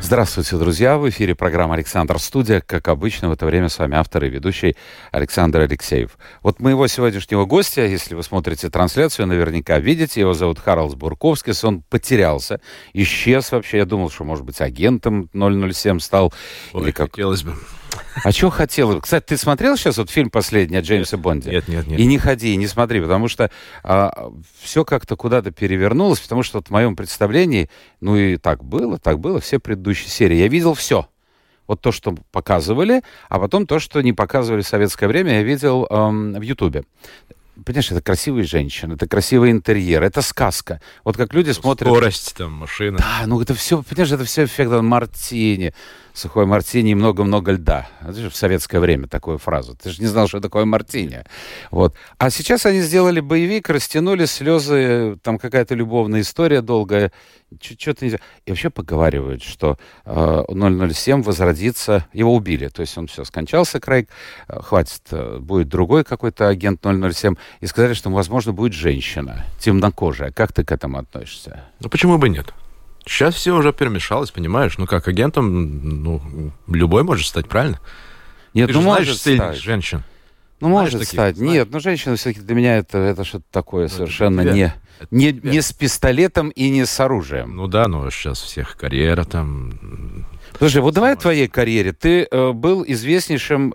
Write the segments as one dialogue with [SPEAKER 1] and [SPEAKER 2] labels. [SPEAKER 1] Здравствуйте, друзья! В эфире программа «Александр Студия». Как обычно, в это время с вами автор и ведущий Александр Алексеев. Вот моего сегодняшнего гостя, если вы смотрите трансляцию, наверняка видите. Его зовут Харлс Бурковскис. Он потерялся, исчез вообще. Я думал, что, может быть, агентом 007 стал.
[SPEAKER 2] Ой,
[SPEAKER 1] или как...
[SPEAKER 2] хотелось бы.
[SPEAKER 1] А чего хотел? Кстати, ты смотрел сейчас вот фильм последний о Джеймсе Бонде?
[SPEAKER 2] Нет, нет, нет.
[SPEAKER 1] И не ходи, и не смотри, потому что все как-то куда-то перевернулось, потому что вот в моем представлении, ну и так было, так было, все предыдущие серии. Я видел все. Вот то, что показывали, а потом то, что не показывали в советское время, я видел эм, в Ютубе. Понимаешь, это красивые женщины, это красивый интерьер, это сказка. Вот как люди смотрят...
[SPEAKER 2] Скорость, там, машина.
[SPEAKER 1] Да, ну это все, понимаешь, это все эффект от мартини, сухой мартини и много-много льда. Это же в советское время такую фразу. Ты же не знал, что такое мартини. Вот. А сейчас они сделали боевик, растянули слезы, там какая-то любовная история долгая. Что-то нельзя. И вообще поговаривают, что э, 007 возродится, его убили, то есть он все, скончался Крейг, э, хватит, э, будет другой какой-то агент 007, и сказали, что, возможно, будет женщина, темнокожая. Как ты к этому относишься?
[SPEAKER 2] Ну почему бы нет? Сейчас все уже перемешалось, понимаешь? Ну как, агентом, ну, любой может стать, правильно?
[SPEAKER 1] Нет,
[SPEAKER 2] Ты
[SPEAKER 1] ну
[SPEAKER 2] же знаешь
[SPEAKER 1] может
[SPEAKER 2] стиль
[SPEAKER 1] стать.
[SPEAKER 2] женщин.
[SPEAKER 1] Ну,
[SPEAKER 2] Знаешь
[SPEAKER 1] может
[SPEAKER 2] таких?
[SPEAKER 1] стать.
[SPEAKER 2] Знаешь? Ну,
[SPEAKER 1] Нет, ну, женщина все-таки для меня это, это что-то такое
[SPEAKER 2] это
[SPEAKER 1] совершенно
[SPEAKER 2] для
[SPEAKER 1] не,
[SPEAKER 2] тебя. Это
[SPEAKER 1] не,
[SPEAKER 2] для тебя.
[SPEAKER 1] не с пистолетом и не с оружием.
[SPEAKER 2] Ну да, но сейчас всех карьера там.
[SPEAKER 1] Слушай, вот давай о твоей карьере. Ты э, был известнейшим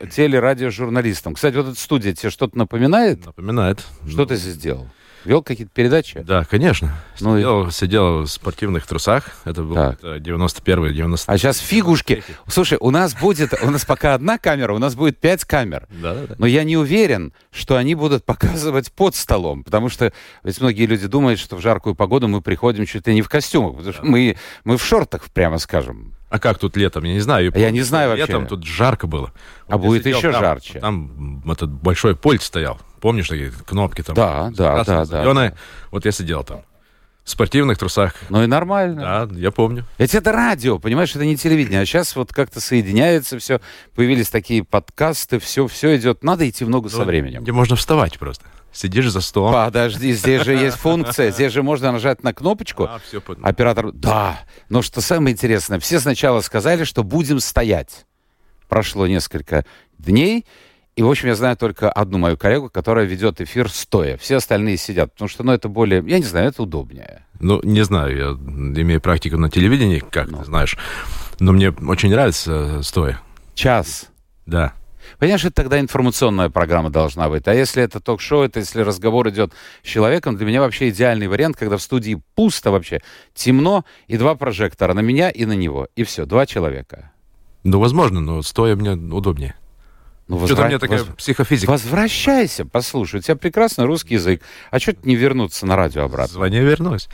[SPEAKER 1] телерадиожурналистом. Кстати, вот эта студия тебе что-то напоминает?
[SPEAKER 2] Напоминает.
[SPEAKER 1] Что ты здесь делал? Вел какие-то передачи?
[SPEAKER 2] Да, конечно.
[SPEAKER 1] Ну и-
[SPEAKER 2] сидел, сидел в спортивных трусах. Это был
[SPEAKER 1] Так.
[SPEAKER 2] 91-й, 90
[SPEAKER 1] А сейчас фигушки. Слушай, у нас будет, у нас пока одна камера, у нас будет пять камер.
[SPEAKER 2] Да, да, да.
[SPEAKER 1] Но я не уверен, что они будут показывать под столом, потому что ведь многие люди думают, что в жаркую погоду мы приходим чуть ли не в костюмах, потому что мы, мы в шортах, прямо скажем.
[SPEAKER 2] А как тут летом? Я не знаю.
[SPEAKER 1] А Я не знаю вообще.
[SPEAKER 2] Летом тут жарко было.
[SPEAKER 1] А
[SPEAKER 2] Вот я
[SPEAKER 1] будет
[SPEAKER 2] сидел
[SPEAKER 1] еще
[SPEAKER 2] там,
[SPEAKER 1] жарче.
[SPEAKER 2] Там м, этот большой пульт стоял. Помнишь такие кнопки там?
[SPEAKER 1] Да, да, да, да.
[SPEAKER 2] зелёные? Вот я сидел там. В спортивных трусах.
[SPEAKER 1] Ну и нормально.
[SPEAKER 2] Да, я помню.
[SPEAKER 1] Ведь это радио, понимаешь, это не телевидение. А сейчас вот как-то соединяется все, появились такие подкасты, все, все идет. Надо идти в ногу со
[SPEAKER 2] Ну,
[SPEAKER 1] временем.
[SPEAKER 2] Где можно вставать просто. Сидишь за столом.
[SPEAKER 1] Подожди, здесь же есть функция, здесь же можно нажать на кнопочку.
[SPEAKER 2] А, всё под-
[SPEAKER 1] Оператор, да. Но что самое интересное, все сначала сказали, что будем стоять. Прошло несколько дней, и, в общем, я знаю только одну мою коллегу, которая ведет эфир стоя. Все остальные сидят, потому что, ну, это более, я не знаю, это удобнее.
[SPEAKER 2] Ну, не знаю, я имею практику на телевидении, как
[SPEAKER 1] Ну.
[SPEAKER 2] ты знаешь. Но мне очень нравится э, стоя.
[SPEAKER 1] Час.
[SPEAKER 2] Да.
[SPEAKER 1] Понимаешь, это тогда информационная программа должна быть. А если это ток-шоу, это если разговор идет с человеком, для меня вообще идеальный вариант, когда в студии пусто вообще, темно, и два прожектора на меня и на него. И все, два человека.
[SPEAKER 2] Ну, возможно, но стоя мне удобнее.
[SPEAKER 1] Ну,
[SPEAKER 2] Что-то
[SPEAKER 1] возра-
[SPEAKER 2] у меня такая
[SPEAKER 1] воз-
[SPEAKER 2] психофизика.
[SPEAKER 1] Возвращайся, послушай, у тебя прекрасный русский язык. А что ты не вернуться на радио обратно?
[SPEAKER 2] Звони, вернусь.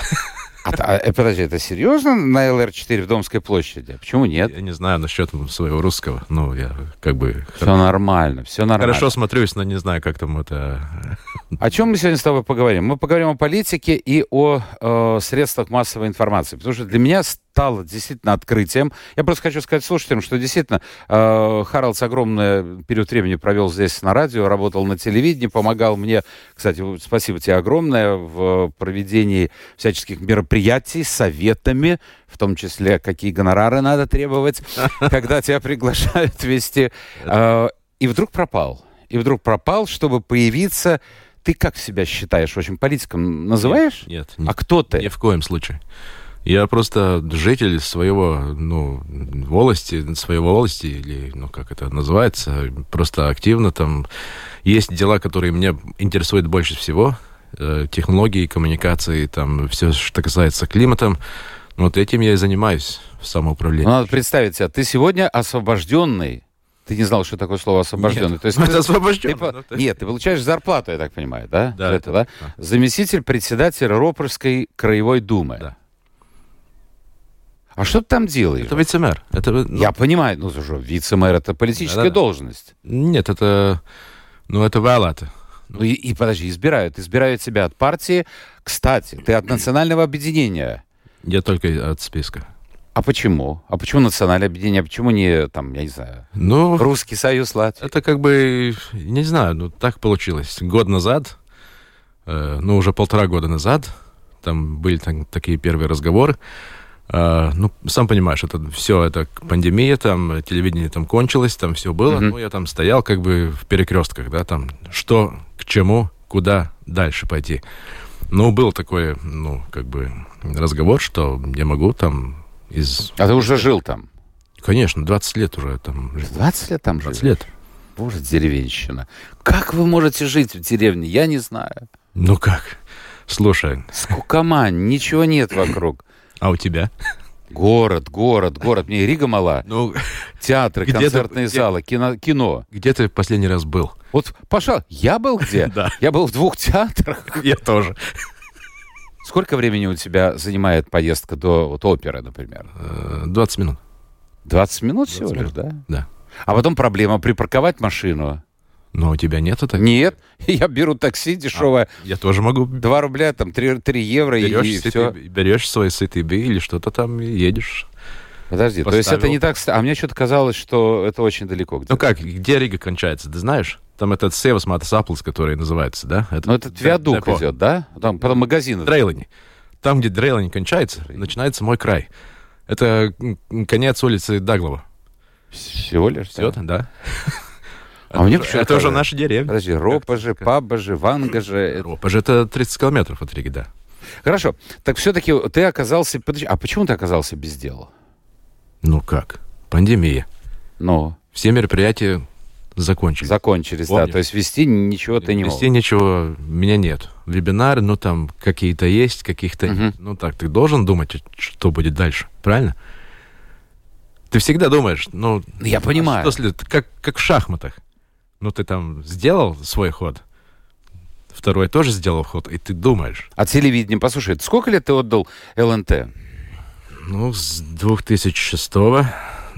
[SPEAKER 1] А, т- а, э, подожди, это серьезно на ЛР-4 в Домской площади? Почему нет?
[SPEAKER 2] Я не знаю насчет своего русского. Ну, я как бы
[SPEAKER 1] Все нормально, все нормально.
[SPEAKER 2] хорошо смотрюсь, но не знаю, как там это...
[SPEAKER 1] О чем мы сегодня с тобой поговорим? Мы поговорим о политике и о э, средствах массовой информации. Потому что для меня стало действительно открытием. Я просто хочу сказать слушателям, что действительно э, Харлдс огромный период времени провел здесь на радио, работал на телевидении, помогал мне. Кстати, вот спасибо тебе огромное в проведении всяческих мероприятий, советами, в том числе, какие гонорары надо требовать, когда тебя приглашают вести. Э, И вдруг пропал. И вдруг пропал, чтобы появиться... Ты как себя считаешь, в общем, политиком называешь?
[SPEAKER 2] Нет.
[SPEAKER 1] А кто ты?
[SPEAKER 2] э, Ни в коем случае. Я просто житель своего, ну, волости, своего волости, или, ну, как это называется, просто активно там. Есть дела, которые меня интересуют больше всего. э, Технологии, коммуникации, там, все, что касается климата. Вот этим я и занимаюсь в самоуправлении.
[SPEAKER 1] Ну, надо представить себя. Ты сегодня освобожденный. Ты не знал, что такое слово освобожденный.
[SPEAKER 2] Нет,
[SPEAKER 1] То есть типа
[SPEAKER 2] ну,
[SPEAKER 1] ты-
[SPEAKER 2] это освобожденный,
[SPEAKER 1] ты по-
[SPEAKER 2] ну, то есть-
[SPEAKER 1] Нет, ты получаешь зарплату, я так понимаю, да?
[SPEAKER 2] Да,
[SPEAKER 1] За
[SPEAKER 2] это- да.
[SPEAKER 1] Заместитель председателя Ропорской краевой думы.
[SPEAKER 2] Да.
[SPEAKER 1] А что ты там делаешь?
[SPEAKER 2] Это вице-мэр. Это, ну,
[SPEAKER 1] Я понимаю, ну слушай, вице-мэр это политическая
[SPEAKER 2] Да-да-да.
[SPEAKER 1] должность.
[SPEAKER 2] Нет, это... Ну, это Виолатта.
[SPEAKER 1] Ну и, и подожди, избирают. Избирают тебя от партии. Кстати, ты от национального объединения.
[SPEAKER 2] Я только от списка.
[SPEAKER 1] А почему? А почему национальное объединение? А почему не, там, я не знаю,
[SPEAKER 2] Ну,
[SPEAKER 1] Русский Союз Латвии?
[SPEAKER 2] это как бы, не знаю, ну так получилось. Год назад, э, ну уже полтора года назад, там были там такие первые разговоры. А, ну, сам понимаешь, это все, это пандемия, там э, телевидение там кончилось, там все было.
[SPEAKER 1] Мгм.
[SPEAKER 2] Ну, я там стоял как бы в перекрестках, да, там что к чему, куда дальше пойти. Ну, был такой, ну, как бы разговор, что я могу там из...
[SPEAKER 1] А ты уже жил там?
[SPEAKER 2] Конечно, 20 лет уже там. живу.
[SPEAKER 1] 20 лет там жил?
[SPEAKER 2] 20 лет.
[SPEAKER 1] Боже, деревенщина. Как вы можете жить в деревне? Я не знаю.
[SPEAKER 2] Ну как? Слушай,
[SPEAKER 1] Скукомань, ничего нет вокруг.
[SPEAKER 2] а у тебя?
[SPEAKER 1] Город, город, город. Мне и Рига мала.
[SPEAKER 2] Ну,
[SPEAKER 1] Театры,
[SPEAKER 2] Где-то-
[SPEAKER 1] концертные
[SPEAKER 2] где-
[SPEAKER 1] залы, кино, кино.
[SPEAKER 2] где ты в последний раз был?
[SPEAKER 1] Вот, пожалуйста, я был где?
[SPEAKER 2] Да.
[SPEAKER 1] Я был в двух театрах.
[SPEAKER 2] Я тоже.
[SPEAKER 1] Сколько времени у тебя занимает поездка до вот, оперы, например?
[SPEAKER 2] 20 Э, минут.
[SPEAKER 1] 20 минут всего
[SPEAKER 2] 20
[SPEAKER 1] лишь, да?
[SPEAKER 2] Да.
[SPEAKER 1] А потом проблема припарковать машину.
[SPEAKER 2] Но у тебя нету так?
[SPEAKER 1] Нет, я беру такси дешевое.
[SPEAKER 2] Я тоже могу.
[SPEAKER 1] 2 рубля, там, 3, евро, и-
[SPEAKER 2] Берешь,
[SPEAKER 1] и,
[SPEAKER 2] сытый-
[SPEAKER 1] все.
[SPEAKER 2] берешь свой сытый би или что-то там и едешь.
[SPEAKER 1] Подожди, то есть это
[SPEAKER 2] Поставил.
[SPEAKER 1] не так... ста- А мне что-то казалось, что это очень далеко. где-то.
[SPEAKER 2] Ну как, где Рига кончается, ты знаешь? Там этот Севас Матасаплс, который называется, да?
[SPEAKER 1] Ну, этот виадук
[SPEAKER 2] депо.
[SPEAKER 1] идет, да? Там потом магазины.
[SPEAKER 2] Дрейлани. Там, где Дрейлани кончается, начинается мой край. Это м, конец улицы Даглова.
[SPEAKER 1] Всего лишь.
[SPEAKER 2] Все,
[SPEAKER 1] да?
[SPEAKER 2] да? ну,
[SPEAKER 1] А мне почему-то
[SPEAKER 2] Это уже
[SPEAKER 1] кажется-
[SPEAKER 2] наша деревня.
[SPEAKER 1] Подожди, Ропа же, Паба же, Ванга же. это-
[SPEAKER 2] Ропа же это 30 километров от Риги, да.
[SPEAKER 1] Хорошо. Так все-таки ты оказался... Подожди, а почему ты оказался без дела?
[SPEAKER 2] Ну как? Пандемия.
[SPEAKER 1] Ну,
[SPEAKER 2] Все мероприятия закончились.
[SPEAKER 1] закончились, да.
[SPEAKER 2] Помню.
[SPEAKER 1] То есть вести ничего ты не мог.
[SPEAKER 2] Вести ничего меня нет. Вебинары, ну там какие-то есть, каких-то
[SPEAKER 1] Мгм.
[SPEAKER 2] нет. Ну так, ты должен думать, ч- что будет дальше, правильно? Ты всегда думаешь, ну...
[SPEAKER 1] Ну, я
[SPEAKER 2] а
[SPEAKER 1] понимаю.
[SPEAKER 2] что след- как, как в шахматах. Ну ты там сделал свой ход, второй тоже сделал ход, и ты думаешь.
[SPEAKER 1] А телевидение, послушай, сколько лет ты отдал ЛНТ?
[SPEAKER 2] Ну, с 2006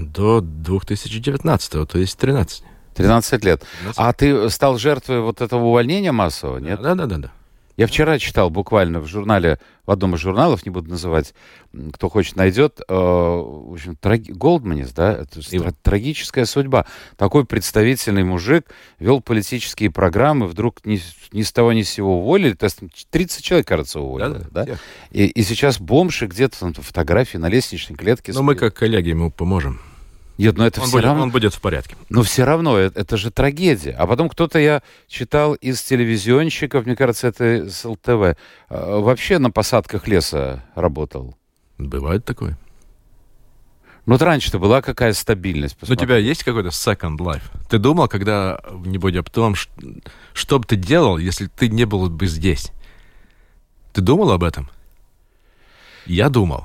[SPEAKER 2] до 2019, то есть 13.
[SPEAKER 1] 13 лет.
[SPEAKER 2] 13.
[SPEAKER 1] А ты стал жертвой вот этого увольнения массового, нет?
[SPEAKER 2] Да-да-да.
[SPEAKER 1] Я вчера читал буквально в журнале, в одном из журналов, не буду называть, м, кто хочет, найдет, э, в общем, траги- Голдманис, да, это ж
[SPEAKER 2] Его.
[SPEAKER 1] тра- трагическая судьба. Такой представительный мужик вел политические программы, вдруг ни, с- ни с того ни с сего уволили, То есть там 30 человек, кажется, уволили, да?
[SPEAKER 2] всех.
[SPEAKER 1] И, и сейчас бомж и где-то там фотографии на лестничной клетке.
[SPEAKER 2] Но Ну, мы
[SPEAKER 1] стоит.
[SPEAKER 2] как коллеги ему поможем.
[SPEAKER 1] Нет, но это
[SPEAKER 2] Он
[SPEAKER 1] все
[SPEAKER 2] будет,
[SPEAKER 1] равно...
[SPEAKER 2] он будет в порядке.
[SPEAKER 1] Но все равно, э- это, же трагедия. А потом кто-то, я читал из телевизионщиков, мне кажется, это с ЛТВ, э, вообще на посадках леса работал.
[SPEAKER 2] Бывает такое.
[SPEAKER 1] Ну, вот раньше-то была какая стабильность.
[SPEAKER 2] Но у
[SPEAKER 1] посмотри.
[SPEAKER 2] Ну, тебя есть какой-то second life? Ты думал когда-нибудь об том, ш- что бы ты делал, если ты не был бы здесь? Ты думал об этом? Я думал.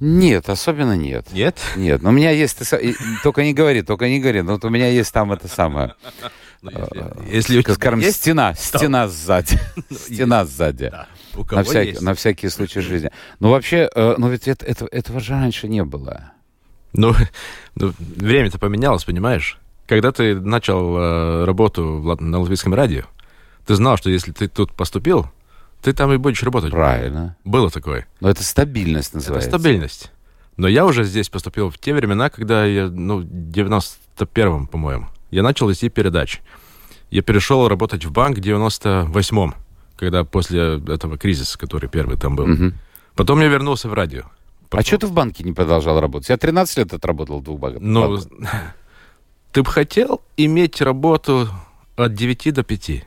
[SPEAKER 1] Нет, особенно нет.
[SPEAKER 2] Нет?
[SPEAKER 1] Нет, но у меня есть... ты са- и- Только не говори, только не говори. Но вот у меня есть там это самое...
[SPEAKER 2] Ну,
[SPEAKER 1] э,
[SPEAKER 2] Если у
[SPEAKER 1] Как
[SPEAKER 2] тебя
[SPEAKER 1] А, скажем,
[SPEAKER 2] есть, Ну,
[SPEAKER 1] стена, стена сзади. Стена сзади.
[SPEAKER 2] да. у кого
[SPEAKER 1] На, всякий-
[SPEAKER 2] есть.
[SPEAKER 1] на всякий случай жизни. Ну, вообще, э, ну ведь это- это- этого же раньше не было.
[SPEAKER 2] Ну, ну, время-то поменялось, понимаешь? Когда ты начал э, работу в лат- на латвийском радио, ты знал, что если ты тут поступил, ты там и будешь работать.
[SPEAKER 1] Правильно.
[SPEAKER 2] Было такое.
[SPEAKER 1] Но это стабильность называется.
[SPEAKER 2] Это стабильность. Но я уже здесь поступил в те времена, когда я, ну, в 91-м, по-моему, я начал вести передачи. Я перешел работать в банк в 98-м, когда после этого кризиса, который первый там был.
[SPEAKER 1] Мгм.
[SPEAKER 2] Потом я вернулся в радио.
[SPEAKER 1] А что ты в банке не продолжал работать? Я 13 лет отработал в двух банках.
[SPEAKER 2] Ну, ты бы хотел иметь работу от 9 до 5?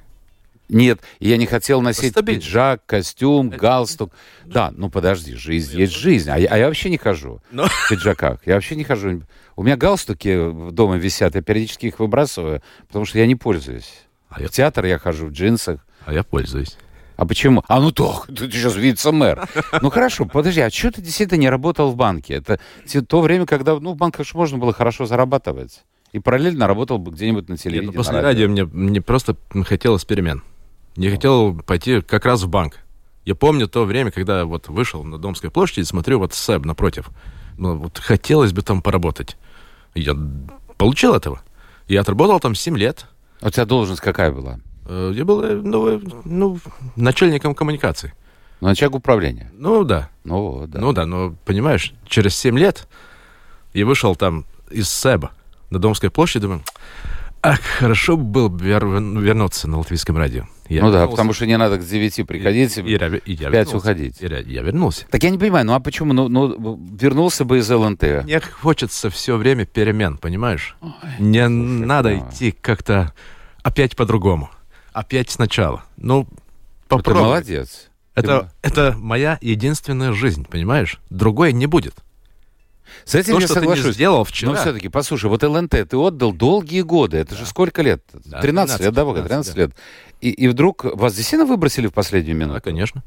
[SPEAKER 1] Нет, я не хотел носить
[SPEAKER 2] Стабильно.
[SPEAKER 1] пиджак, костюм,
[SPEAKER 2] Э,
[SPEAKER 1] галстук. Да, ну подожди, жизнь есть жизнь. А я, а я вообще не хожу
[SPEAKER 2] Ну.
[SPEAKER 1] в пиджаках. Я вообще не хожу. У меня галстуки дома висят, я периодически их выбрасываю, потому что я не пользуюсь.
[SPEAKER 2] А я,
[SPEAKER 1] В театр я хожу в джинсах.
[SPEAKER 2] а я пользуюсь.
[SPEAKER 1] А почему? А ну так, ты сейчас вице-мэр. Ну хорошо, подожди, а что ты действительно не работал в банке? Это те- то время, когда ну, в банках же можно было хорошо зарабатывать. И параллельно работал бы где-нибудь на
[SPEAKER 2] Нет,
[SPEAKER 1] телевидении.
[SPEAKER 2] ну,
[SPEAKER 1] на
[SPEAKER 2] после
[SPEAKER 1] радио.
[SPEAKER 2] радио мне, мне просто хотелось перемен. Я хотел пойти как раз в банк. Я помню то время, когда вот вышел на Домской площади, смотрю, вот СЭБ напротив. Ну, вот хотелось бы там поработать. Я получил этого. Я отработал там 7 лет.
[SPEAKER 1] А У тебя должность какая была?
[SPEAKER 2] Э, Э, Я был э, ну, э, ну, начальником коммуникации.
[SPEAKER 1] Начальник управления.
[SPEAKER 2] Ну да,
[SPEAKER 1] Ну вот, да.
[SPEAKER 2] ну да, но понимаешь, через 7 лет я вышел там из Себа на Домской площади, думаю, ах, хорошо было бы вер- вернуться на латвийском радио. Я
[SPEAKER 1] Ну да,
[SPEAKER 2] вернулся.
[SPEAKER 1] потому что не надо к 9 приходить,
[SPEAKER 2] И я- и я
[SPEAKER 1] в 5
[SPEAKER 2] вернулся.
[SPEAKER 1] уходить.
[SPEAKER 2] И ре- я вернулся.
[SPEAKER 1] Так я не понимаю, ну а почему? Ну, ну, вернулся бы из ЛНТ.
[SPEAKER 2] Мне хочется все время перемен, понимаешь? Мне надо
[SPEAKER 1] понимаю.
[SPEAKER 2] идти как-то опять по-другому. Опять сначала. Ну,
[SPEAKER 1] Ты
[SPEAKER 2] попробуй.
[SPEAKER 1] молодец.
[SPEAKER 2] Это, это моя единственная жизнь, понимаешь? Другой не будет.
[SPEAKER 1] С этим
[SPEAKER 2] То,
[SPEAKER 1] я
[SPEAKER 2] что ты не
[SPEAKER 1] соглашусь.
[SPEAKER 2] сделал вчера.
[SPEAKER 1] Но все-таки, послушай, вот ЛНТ ты отдал долгие годы. Это же сколько лет?
[SPEAKER 2] Да,
[SPEAKER 1] 13, лет, да, Володя?
[SPEAKER 2] 13,
[SPEAKER 1] 13 лет. И, и вдруг вас действительно выбросили в последнюю минуту?
[SPEAKER 2] Да, конечно.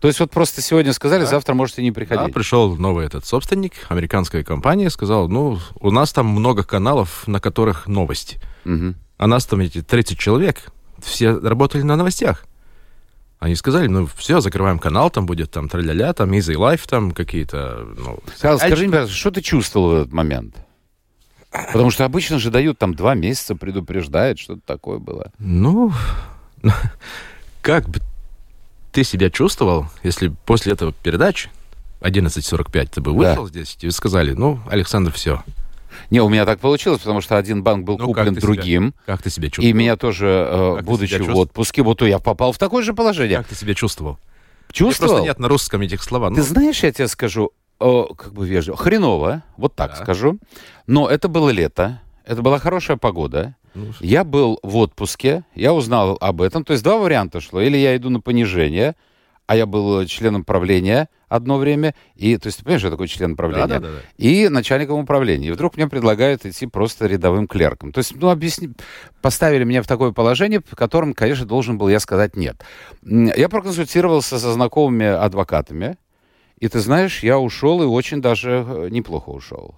[SPEAKER 1] То есть вот просто сегодня сказали, завтра можете не
[SPEAKER 2] Да,
[SPEAKER 1] приходить.
[SPEAKER 2] А пришел новый этот собственник американской компании, сказал, ну, у нас там много каналов, на которых новости.
[SPEAKER 1] Мгм.
[SPEAKER 2] А нас там эти 30 человек, все работали на новостях. Они сказали, ну, все, закрываем канал, там будет там тра-ля-ля, там Easy Life, там какие-то, ну...
[SPEAKER 1] Карл, скажи мне, пожалуйста, что ты чувствовал в этот момент? Потому что обычно же дают там два месяца, предупреждают, что-то такое было.
[SPEAKER 2] Ну, как бы ты себя чувствовал, если после этого передачи 11.45 ты бы вышел здесь, тебе сказали, ну, Александр, все.
[SPEAKER 1] Не, у меня так получилось, потому что один банк был
[SPEAKER 2] Ну, как
[SPEAKER 1] куплен
[SPEAKER 2] ты себя-
[SPEAKER 1] другим.
[SPEAKER 2] Как ты себя чувствовал?
[SPEAKER 1] И меня тоже, э,
[SPEAKER 2] Как ты
[SPEAKER 1] будучи
[SPEAKER 2] себя
[SPEAKER 1] в
[SPEAKER 2] чувствовал?
[SPEAKER 1] отпуске, вот я попал в такое же положение.
[SPEAKER 2] Как ты себя чувствовал? Мне
[SPEAKER 1] Чувствовал?
[SPEAKER 2] просто нет на русском этих слова.
[SPEAKER 1] Ну Ты
[SPEAKER 2] Ну,
[SPEAKER 1] знаешь, я тебе скажу, э, как бы вежливо, хреново, вот так
[SPEAKER 2] Да.
[SPEAKER 1] скажу. Но это было лето, это была хорошая погода.
[SPEAKER 2] Ну,
[SPEAKER 1] Я был в отпуске, я узнал об этом. То есть два варианта шло. Или я иду на понижение, а я был э, членом правления одно время. И, то есть ты понимаешь, что такое член правления?
[SPEAKER 2] Да-да-да-да.
[SPEAKER 1] И начальником управления. И вдруг мне предлагают идти просто рядовым клерком. То есть, ну, объясни, поставили меня в такое положение, в котором, конечно, должен был я сказать нет. М, Я проконсультировался со знакомыми адвокатами. И ты знаешь, я ушел и очень даже э, неплохо ушел.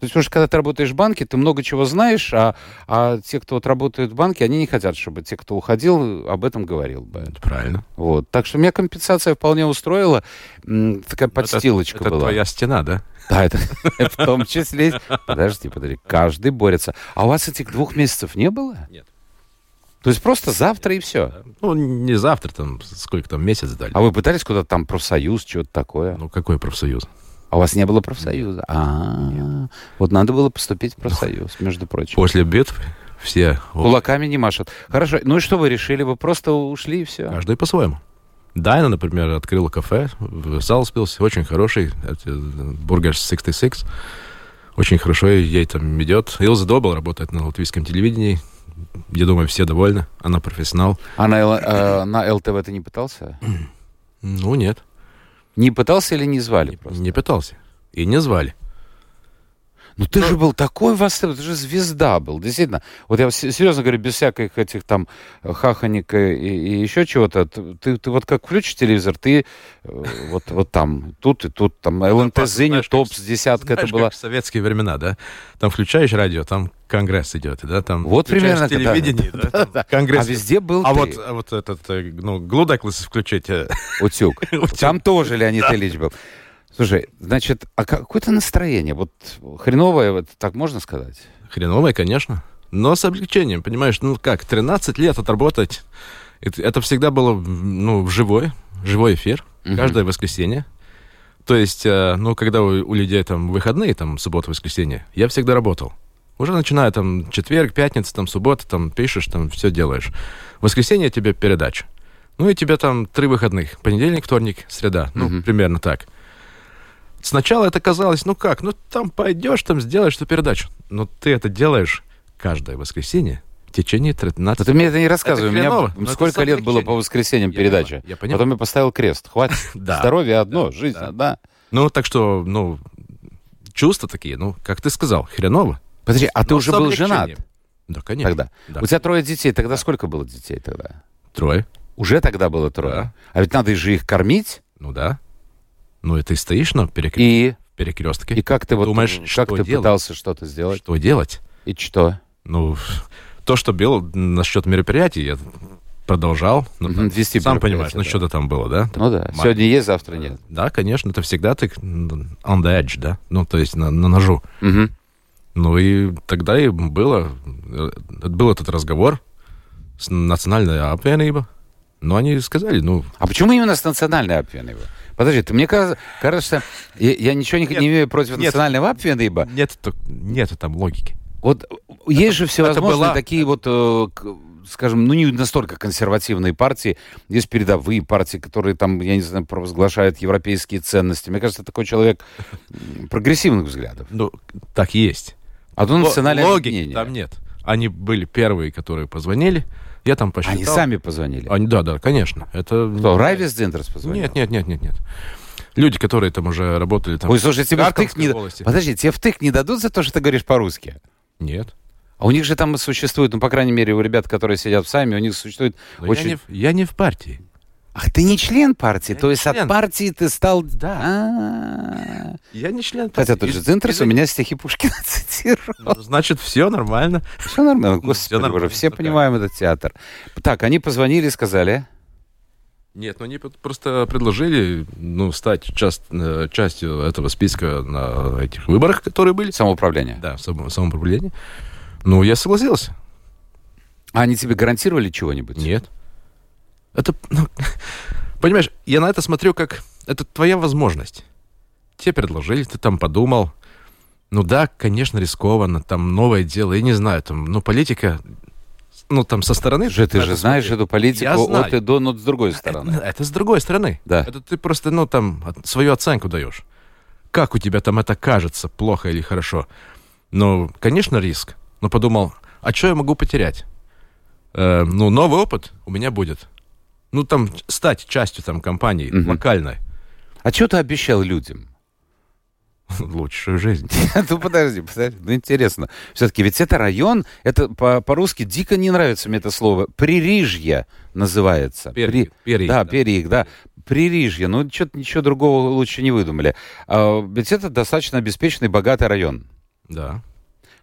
[SPEAKER 1] То есть, потому что когда ты работаешь в банке, ты много чего знаешь, а, а те, кто вот работает в банке, они не хотят, чтобы те, кто уходил, об этом говорил бы.
[SPEAKER 2] это ну, правильно.
[SPEAKER 1] Вот. Так что меня компенсация вполне устроила. М, Такая подстилочка
[SPEAKER 2] Ну, это, это
[SPEAKER 1] была.
[SPEAKER 2] твоя стена, да?
[SPEAKER 1] Да, это в том числе. Подожди, подожди. Каждый борется. А у вас этих двух месяцев не было?
[SPEAKER 2] Нет.
[SPEAKER 1] То есть просто завтра и все.
[SPEAKER 2] Ну, не завтра, там, сколько там, месяц дали.
[SPEAKER 1] А вы пытались куда-то там профсоюз, что-то такое?
[SPEAKER 2] Ну, какой профсоюз?
[SPEAKER 1] А у вас не было профсоюза? А, вот надо было поступить в профсоюз, между прочим.
[SPEAKER 2] После битвы все... вот,
[SPEAKER 1] Кулаками не машут. Хорошо. Ну и что вы решили? Вы просто ушли и все?
[SPEAKER 2] Каждый по-своему. Дайна, например, открыла кафе в Салспилсе, очень хороший, эти, бургер 66, очень хорошо ей там идет. Илза Добл работает на латвийском телевидении, я думаю, все довольны, она профессионал.
[SPEAKER 1] А на, Л- э, на ЛТВ ты не пытался?
[SPEAKER 2] Ну, нет,
[SPEAKER 1] Не пытался или не звали просто?
[SPEAKER 2] не пытался. И не звали.
[SPEAKER 1] Ну ты же был такой востребован, ты же звезда был, действительно. Вот я се- серьезно говорю, без всяких этих там э, хаханек и, и еще чего-то, т- ты, ты вот как включишь телевизор, ты э, вот, вот там, тут и тут, там, ЛНТ,
[SPEAKER 2] Опасно,
[SPEAKER 1] Зенит,
[SPEAKER 2] Ну, знаешь, как
[SPEAKER 1] Топс, десятка, это
[SPEAKER 2] Знаешь,
[SPEAKER 1] была...
[SPEAKER 2] как в советские времена, да? Там включаешь радио, там конгресс идет, да? Там
[SPEAKER 1] Вот
[SPEAKER 2] включаешь
[SPEAKER 1] примерно, да,
[SPEAKER 2] телевидение, да, там
[SPEAKER 1] А
[SPEAKER 2] конгресс.
[SPEAKER 1] везде был
[SPEAKER 2] А
[SPEAKER 1] ты,
[SPEAKER 2] вот, а вот этот, э, ну, Глудеклс включить, э,
[SPEAKER 1] утюг.
[SPEAKER 2] Утюг.
[SPEAKER 1] Там тоже Леонид Ильич был. Слушай, значит, а какое-то настроение, вот хреновое, вот так можно сказать?
[SPEAKER 2] Хреновая, конечно. Но с облегчением, понимаешь, ну как, 13 лет отработать, это, это всегда было, м, ну, в живой, живой эфир,
[SPEAKER 1] Мгм.
[SPEAKER 2] каждое воскресенье. То есть, э, ну, когда у, у людей там выходные, там, суббота, воскресенье, я всегда работал. Уже начиная там четверг, пятница, там, суббота, там, пишешь, там, все делаешь. Воскресенье тебе передача. Ну, и тебе там три выходных. Понедельник, вторник, среда. Ну,
[SPEAKER 1] Мгм.
[SPEAKER 2] примерно так. Сначала это казалось, ну как, ну там пойдешь, там сделаешь эту передачу. Но ты это делаешь каждое воскресенье в течение 13
[SPEAKER 1] Да ты мне это не рассказывай. У
[SPEAKER 2] Это
[SPEAKER 1] меня
[SPEAKER 2] хреново, но это
[SPEAKER 1] сколько лет было по
[SPEAKER 2] самоотречение.
[SPEAKER 1] воскресеньям
[SPEAKER 2] Я
[SPEAKER 1] передача.
[SPEAKER 2] понимаю, я понимаю.
[SPEAKER 1] Потом я поставил крест. Хватит.
[SPEAKER 2] Да.
[SPEAKER 1] Здоровье одно,
[SPEAKER 2] Да,
[SPEAKER 1] жизнь
[SPEAKER 2] да.
[SPEAKER 1] одна.
[SPEAKER 2] Ну, так что, ну, чувства такие, ну, как ты сказал, хреново.
[SPEAKER 1] Подожди, а ты
[SPEAKER 2] Но
[SPEAKER 1] уже
[SPEAKER 2] с
[SPEAKER 1] был женат
[SPEAKER 2] облегчением. Да, конечно.
[SPEAKER 1] тогда?
[SPEAKER 2] Да.
[SPEAKER 1] У тебя трое детей. Тогда сколько было детей тогда?
[SPEAKER 2] Трое.
[SPEAKER 1] Уже тогда было трое.
[SPEAKER 2] Да.
[SPEAKER 1] А ведь надо же их кормить.
[SPEAKER 2] Ну да. Ну, и ты стоишь на перекре-
[SPEAKER 1] И,
[SPEAKER 2] перекрестке.
[SPEAKER 1] и как ты вот
[SPEAKER 2] Думаешь,
[SPEAKER 1] как
[SPEAKER 2] что
[SPEAKER 1] ты
[SPEAKER 2] делать?
[SPEAKER 1] пытался что-то сделать?
[SPEAKER 2] Что делать?
[SPEAKER 1] И что?
[SPEAKER 2] Ну, то, что было насчет мероприятий, я продолжал. Ну,
[SPEAKER 1] Мгм, вести
[SPEAKER 2] сам
[SPEAKER 1] мероприятия,
[SPEAKER 2] понимаешь,
[SPEAKER 1] да.
[SPEAKER 2] ну, что-то там было, да?
[SPEAKER 1] Ну да.
[SPEAKER 2] Мать.
[SPEAKER 1] Сегодня есть, завтра нет.
[SPEAKER 2] Да, конечно, это всегда ты on the edge, да? Ну, то есть на, на ножу.
[SPEAKER 1] Мгм.
[SPEAKER 2] Ну и тогда и было, э, был этот разговор с Национальная apvienība. Но они сказали, ну,
[SPEAKER 1] А почему именно с национальной Апвенейба? Подожди, ты мне каз- кажется, я, я ничего не,
[SPEAKER 2] Нет.
[SPEAKER 1] не имею против
[SPEAKER 2] Нет.
[SPEAKER 1] национального Апвенейба.
[SPEAKER 2] нет, так- нет там логики.
[SPEAKER 1] Вот э, есть же всевозможные
[SPEAKER 2] была-
[SPEAKER 1] такие вот, э, к- скажем, ну не настолько консервативные партии. Есть передовые партии, которые там, я не знаю, провозглашают европейские ценности. Мне кажется, такой человек м, прогрессивных взглядов.
[SPEAKER 2] Ну, так и есть.
[SPEAKER 1] А то
[SPEAKER 2] Л-
[SPEAKER 1] национальное
[SPEAKER 2] логики
[SPEAKER 1] объединение.
[SPEAKER 2] там нет. Они были первые, которые позвонили. Я там посчитал.
[SPEAKER 1] Они сами позвонили.
[SPEAKER 2] Они- да, да, конечно. Это...
[SPEAKER 1] Кто, Райвис Дендерс позвонил?
[SPEAKER 2] Нет, нет, нет, нет, нет. Люди, которые там уже работали там.
[SPEAKER 1] Ой, слушай, тебе втык
[SPEAKER 2] Харьковской
[SPEAKER 1] не...
[SPEAKER 2] области.
[SPEAKER 1] Подожди, тебе втык не дадут за то, что ты говоришь по-русски?
[SPEAKER 2] Нет.
[SPEAKER 1] А у них же там существует, ну, по крайней мере, у ребят, которые сидят в САМе, у них существует
[SPEAKER 2] Но
[SPEAKER 1] очень...
[SPEAKER 2] Ну, Я, не, в- я не в партии.
[SPEAKER 1] Ах, ты не член партии,
[SPEAKER 2] Я
[SPEAKER 1] то
[SPEAKER 2] не
[SPEAKER 1] есть от
[SPEAKER 2] член.
[SPEAKER 1] партии ты стал...
[SPEAKER 2] Да.
[SPEAKER 1] А-а-а.
[SPEAKER 2] Я не член
[SPEAKER 1] Хотя тот же Дзинтерс у меня стихи Пушкина цитирует.
[SPEAKER 2] Ну, Значит, все нормально.
[SPEAKER 1] Все нормально, господи,
[SPEAKER 2] Ну, нормально,
[SPEAKER 1] боже, все
[SPEAKER 2] ну,
[SPEAKER 1] понимаем этот театр. Так, они позвонили и сказали,
[SPEAKER 2] Нет, ну они под- просто предложили ну, стать част- э, частью этого списка на этих выборах, которые были.
[SPEAKER 1] самоуправление.
[SPEAKER 2] Да, в само- самоуправлении. Ну, я согласился.
[SPEAKER 1] А они тебе гарантировали чего-нибудь?
[SPEAKER 2] Нет. Это, ну, понимаешь, я на это смотрю как... Это твоя возможность. Тебе предложили, ты там подумал. Ну да, конечно, рискованно, там новое дело, я не знаю, там, ну, политика, ну, там, со стороны...
[SPEAKER 1] Же, ты
[SPEAKER 2] надо
[SPEAKER 1] же знаешь
[SPEAKER 2] смотреть.
[SPEAKER 1] эту политику
[SPEAKER 2] Я знаю. Э,
[SPEAKER 1] от и до, но с другой
[SPEAKER 2] Это,
[SPEAKER 1] стороны.
[SPEAKER 2] это с другой стороны.
[SPEAKER 1] Да.
[SPEAKER 2] Это ты просто, ну, там, от- свою оценку даешь. Как у тебя там это кажется, плохо или хорошо? Ну, конечно, риск. Но подумал, а что я могу потерять? Э, ну, новый опыт у меня будет. Ну, там, ч- стать частью там компании
[SPEAKER 1] Мгм.
[SPEAKER 2] локальной.
[SPEAKER 1] А что ты обещал людям?
[SPEAKER 2] Лучшую жизнь.
[SPEAKER 1] Ну подожди, подожди, ну интересно. Все-таки ведь это район, это по- по-русски дико не нравится мне это слово. Пририжье называется.
[SPEAKER 2] Перьи,
[SPEAKER 1] При-
[SPEAKER 2] перьи,
[SPEAKER 1] Да,
[SPEAKER 2] да.
[SPEAKER 1] Перьих, да. Пририжье, ну что-то ничего другого лучше не выдумали. А, ведь это достаточно обеспеченный, богатый район.
[SPEAKER 2] Да.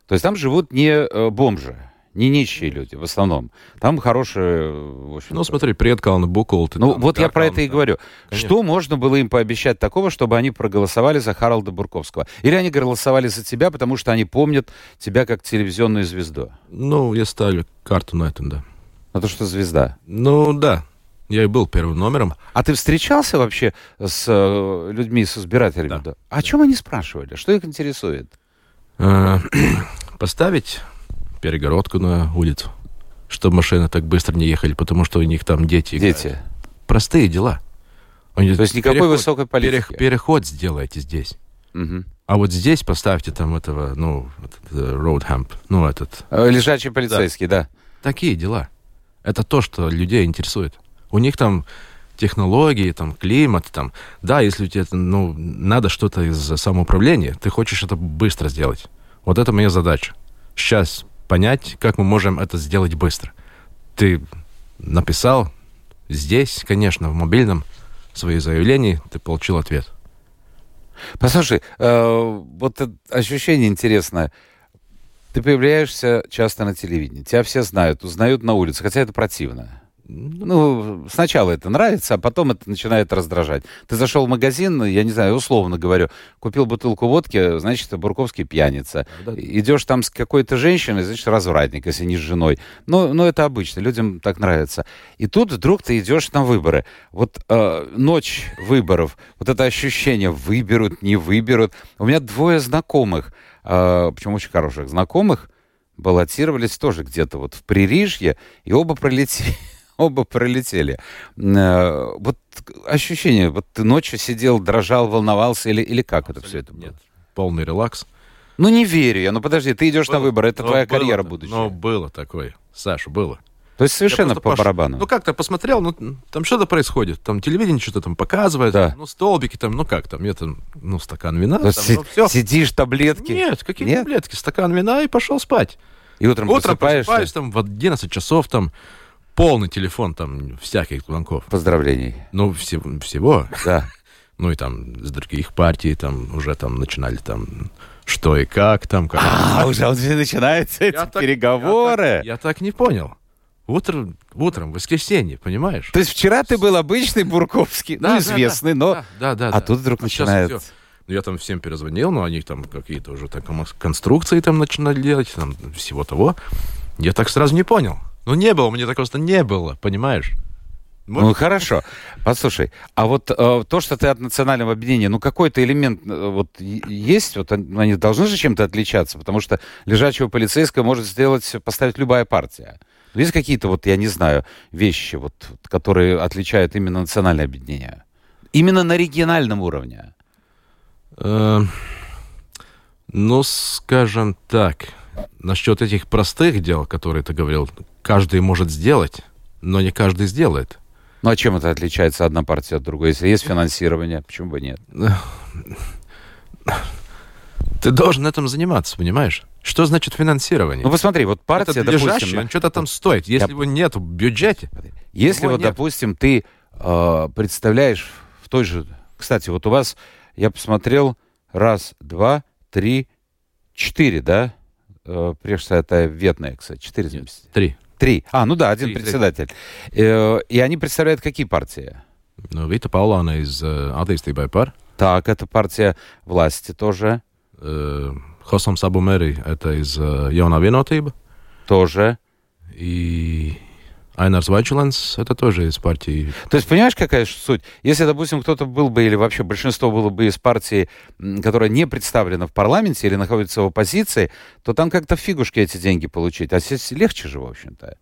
[SPEAKER 1] То есть там живут не э, бомжи, не нищие люди в основном. Там хорошие, э, в общем
[SPEAKER 2] Ну, смотри, привет, Калан Букол.
[SPEAKER 1] ну, вот я про это и говорю.
[SPEAKER 2] Конечно.
[SPEAKER 1] Что можно было им пообещать такого, чтобы они проголосовали за Харалда Бурковского? Или они голосовали за тебя, потому что они помнят тебя как телевизионную звезду?
[SPEAKER 2] Ну, я ставлю карту на этом, да.
[SPEAKER 1] На то, что звезда.
[SPEAKER 2] Ну, да. Я и был первым номером.
[SPEAKER 1] А ты встречался вообще с э, людьми, с избирателями?
[SPEAKER 2] Да.
[SPEAKER 1] Да. О чем они спрашивали? Что их интересует?
[SPEAKER 2] Э, поставить перегородку на улицу, чтобы машины так быстро не ехали, потому что у них там дети. играют.
[SPEAKER 1] Дети.
[SPEAKER 2] Простые дела. Они
[SPEAKER 1] То есть никакой
[SPEAKER 2] переход-
[SPEAKER 1] высокой политики.
[SPEAKER 2] перех- переход сделайте здесь.
[SPEAKER 1] Мгм.
[SPEAKER 2] А вот здесь поставьте там этого, ну, вот этот, э, road hump, ну, этот.
[SPEAKER 1] Э, Лежачие полицейские, да.
[SPEAKER 2] Такие дела. Это то, что людей интересует. У них там технологии, там, климат, там. Да, если тебе, ну, надо что-то из самоуправления, ты хочешь это быстро сделать. Вот это моя задача. Сейчас понять, как мы можем это сделать быстро. Ты написал здесь, конечно, в мобильном свои заявления, ты получил ответ.
[SPEAKER 1] Послушай, э, вот это ощущение интересное. Ты появляешься часто на телевидении. Тебя все знают, узнают на улице, хотя это противно. Ну, сначала это нравится, а потом это начинает раздражать. Ты зашел в магазин, я не знаю, условно говорю, купил бутылку водки, значит, Бурковский пьяница.
[SPEAKER 2] Да.
[SPEAKER 1] Идешь там с какой-то женщиной, значит, развратник, если не с женой. Ну, ну, это обычно, людям так нравится. И тут вдруг ты идешь на выборы. Вот э, ночь выборов, вот это ощущение, выберут, не выберут. У меня двое знакомых, э, причем очень хороших знакомых, баллотировались тоже где-то вот в Пририжье, и оба пролетели. Оба пролетели. Э, Вот ощущение, вот ты ночью сидел, дрожал, волновался, или, или как это все это было?
[SPEAKER 2] Нет, полный релакс.
[SPEAKER 1] Ну не верю я, ну подожди, ты идешь на
[SPEAKER 2] Было.
[SPEAKER 1] выборы, это
[SPEAKER 2] Но
[SPEAKER 1] твоя
[SPEAKER 2] было
[SPEAKER 1] карьера
[SPEAKER 2] та-
[SPEAKER 1] будущая.
[SPEAKER 2] Но было такое, Саша, было.
[SPEAKER 1] То есть совершенно
[SPEAKER 2] Я
[SPEAKER 1] по
[SPEAKER 2] просто пош-
[SPEAKER 1] барабану.
[SPEAKER 2] Ну как-то посмотрел, ну там что-то происходит. Там телевидение что-то там показывает,
[SPEAKER 1] Да.
[SPEAKER 2] ну столбики там, ну как там, я там, ну стакан вина,
[SPEAKER 1] То есть
[SPEAKER 2] там,
[SPEAKER 1] си-
[SPEAKER 2] ну, всё.
[SPEAKER 1] сидишь, таблетки,
[SPEAKER 2] Нет, какие
[SPEAKER 1] Нет?
[SPEAKER 2] таблетки, стакан вина и пошел спать.
[SPEAKER 1] и утром,
[SPEAKER 2] Утром
[SPEAKER 1] просыпаешься.
[SPEAKER 2] просыпаюсь там в 11 часов, там полный телефон там всяких звонков.
[SPEAKER 1] Поздравлений,
[SPEAKER 2] Ну всего, всего.
[SPEAKER 1] да.
[SPEAKER 2] Ну и там с других партий там уже там начинали там что и как там. Как.
[SPEAKER 1] А, уже, уже начинаются эти
[SPEAKER 2] Я так-
[SPEAKER 1] переговоры.
[SPEAKER 2] Я так, я так не понял. Утром, утром, воскресенье, понимаешь?
[SPEAKER 1] То есть вчера ты был обычный Бурковский, ну,
[SPEAKER 2] Да, да,
[SPEAKER 1] известный, но...
[SPEAKER 2] Да, да, да.
[SPEAKER 1] а
[SPEAKER 2] да.
[SPEAKER 1] тут вдруг
[SPEAKER 2] А щас
[SPEAKER 1] начинает...
[SPEAKER 2] всё. Ну, я там всем перезвонил, но они там какие-то уже так кон- конструкции там начинали делать, там всего того. Я так сразу не понял. Ну, не было, мне так просто не было, понимаешь? Мы-
[SPEAKER 1] Ну хорошо. Послушай, а вот э, то, что ты от национального объединения, ну какой-то элемент э, вот е- есть, вот он- они должны же чем-то отличаться, потому что лежачего полицейского может сделать, поставить любая партия. Ну, Есть какие-то вот, я не знаю, вещи, вот, вот, которые отличают именно национальное объединение? Именно на региональном уровне.
[SPEAKER 2] Э, Ну, скажем так, насчет этих простых дел, которые ты говорил, каждый может сделать, но не каждый сделает.
[SPEAKER 1] Ну а чем это отличается одна партия от другой? Если есть финансирование, почему бы нет?
[SPEAKER 2] Ты должен этим заниматься, понимаешь? Что значит финансирование?
[SPEAKER 1] Ну посмотри, вот партия,
[SPEAKER 2] Это
[SPEAKER 1] допустим,
[SPEAKER 2] лежащее,
[SPEAKER 1] на-
[SPEAKER 2] он что-то там стоит. Если
[SPEAKER 1] Я-
[SPEAKER 2] его нет в бюджете,
[SPEAKER 1] Если
[SPEAKER 2] Его
[SPEAKER 1] вот,
[SPEAKER 2] нет.
[SPEAKER 1] допустим, ты э, представляешь в той же... Кстати, вот у вас, я посмотрел, раз, два, три, четыре, да? Э, прежде всего, это ветная, кстати, четыре записи.
[SPEAKER 2] три.
[SPEAKER 1] Три. А, ну да, один
[SPEAKER 2] Три, три.
[SPEAKER 1] председатель. Э, и они представляют какие партии?
[SPEAKER 2] Ну, Вита Паула, она из э, Атеисты Байпар.
[SPEAKER 1] Так, это партия власти тоже,
[SPEAKER 2] Э, Хосом Сабумери, это из э, Jaunā Vienotība.
[SPEAKER 1] тоже.
[SPEAKER 2] И Айнарс Вайчуланс, это тоже из партии.
[SPEAKER 1] То есть, понимаешь, какая ж суть? Если, допустим, кто-то был бы, или вообще большинство было бы из партии, м, которая не представлена в парламенте или находится в оппозиции, то там как-то фигушки эти деньги получить. А здесь легче же, в общем-то.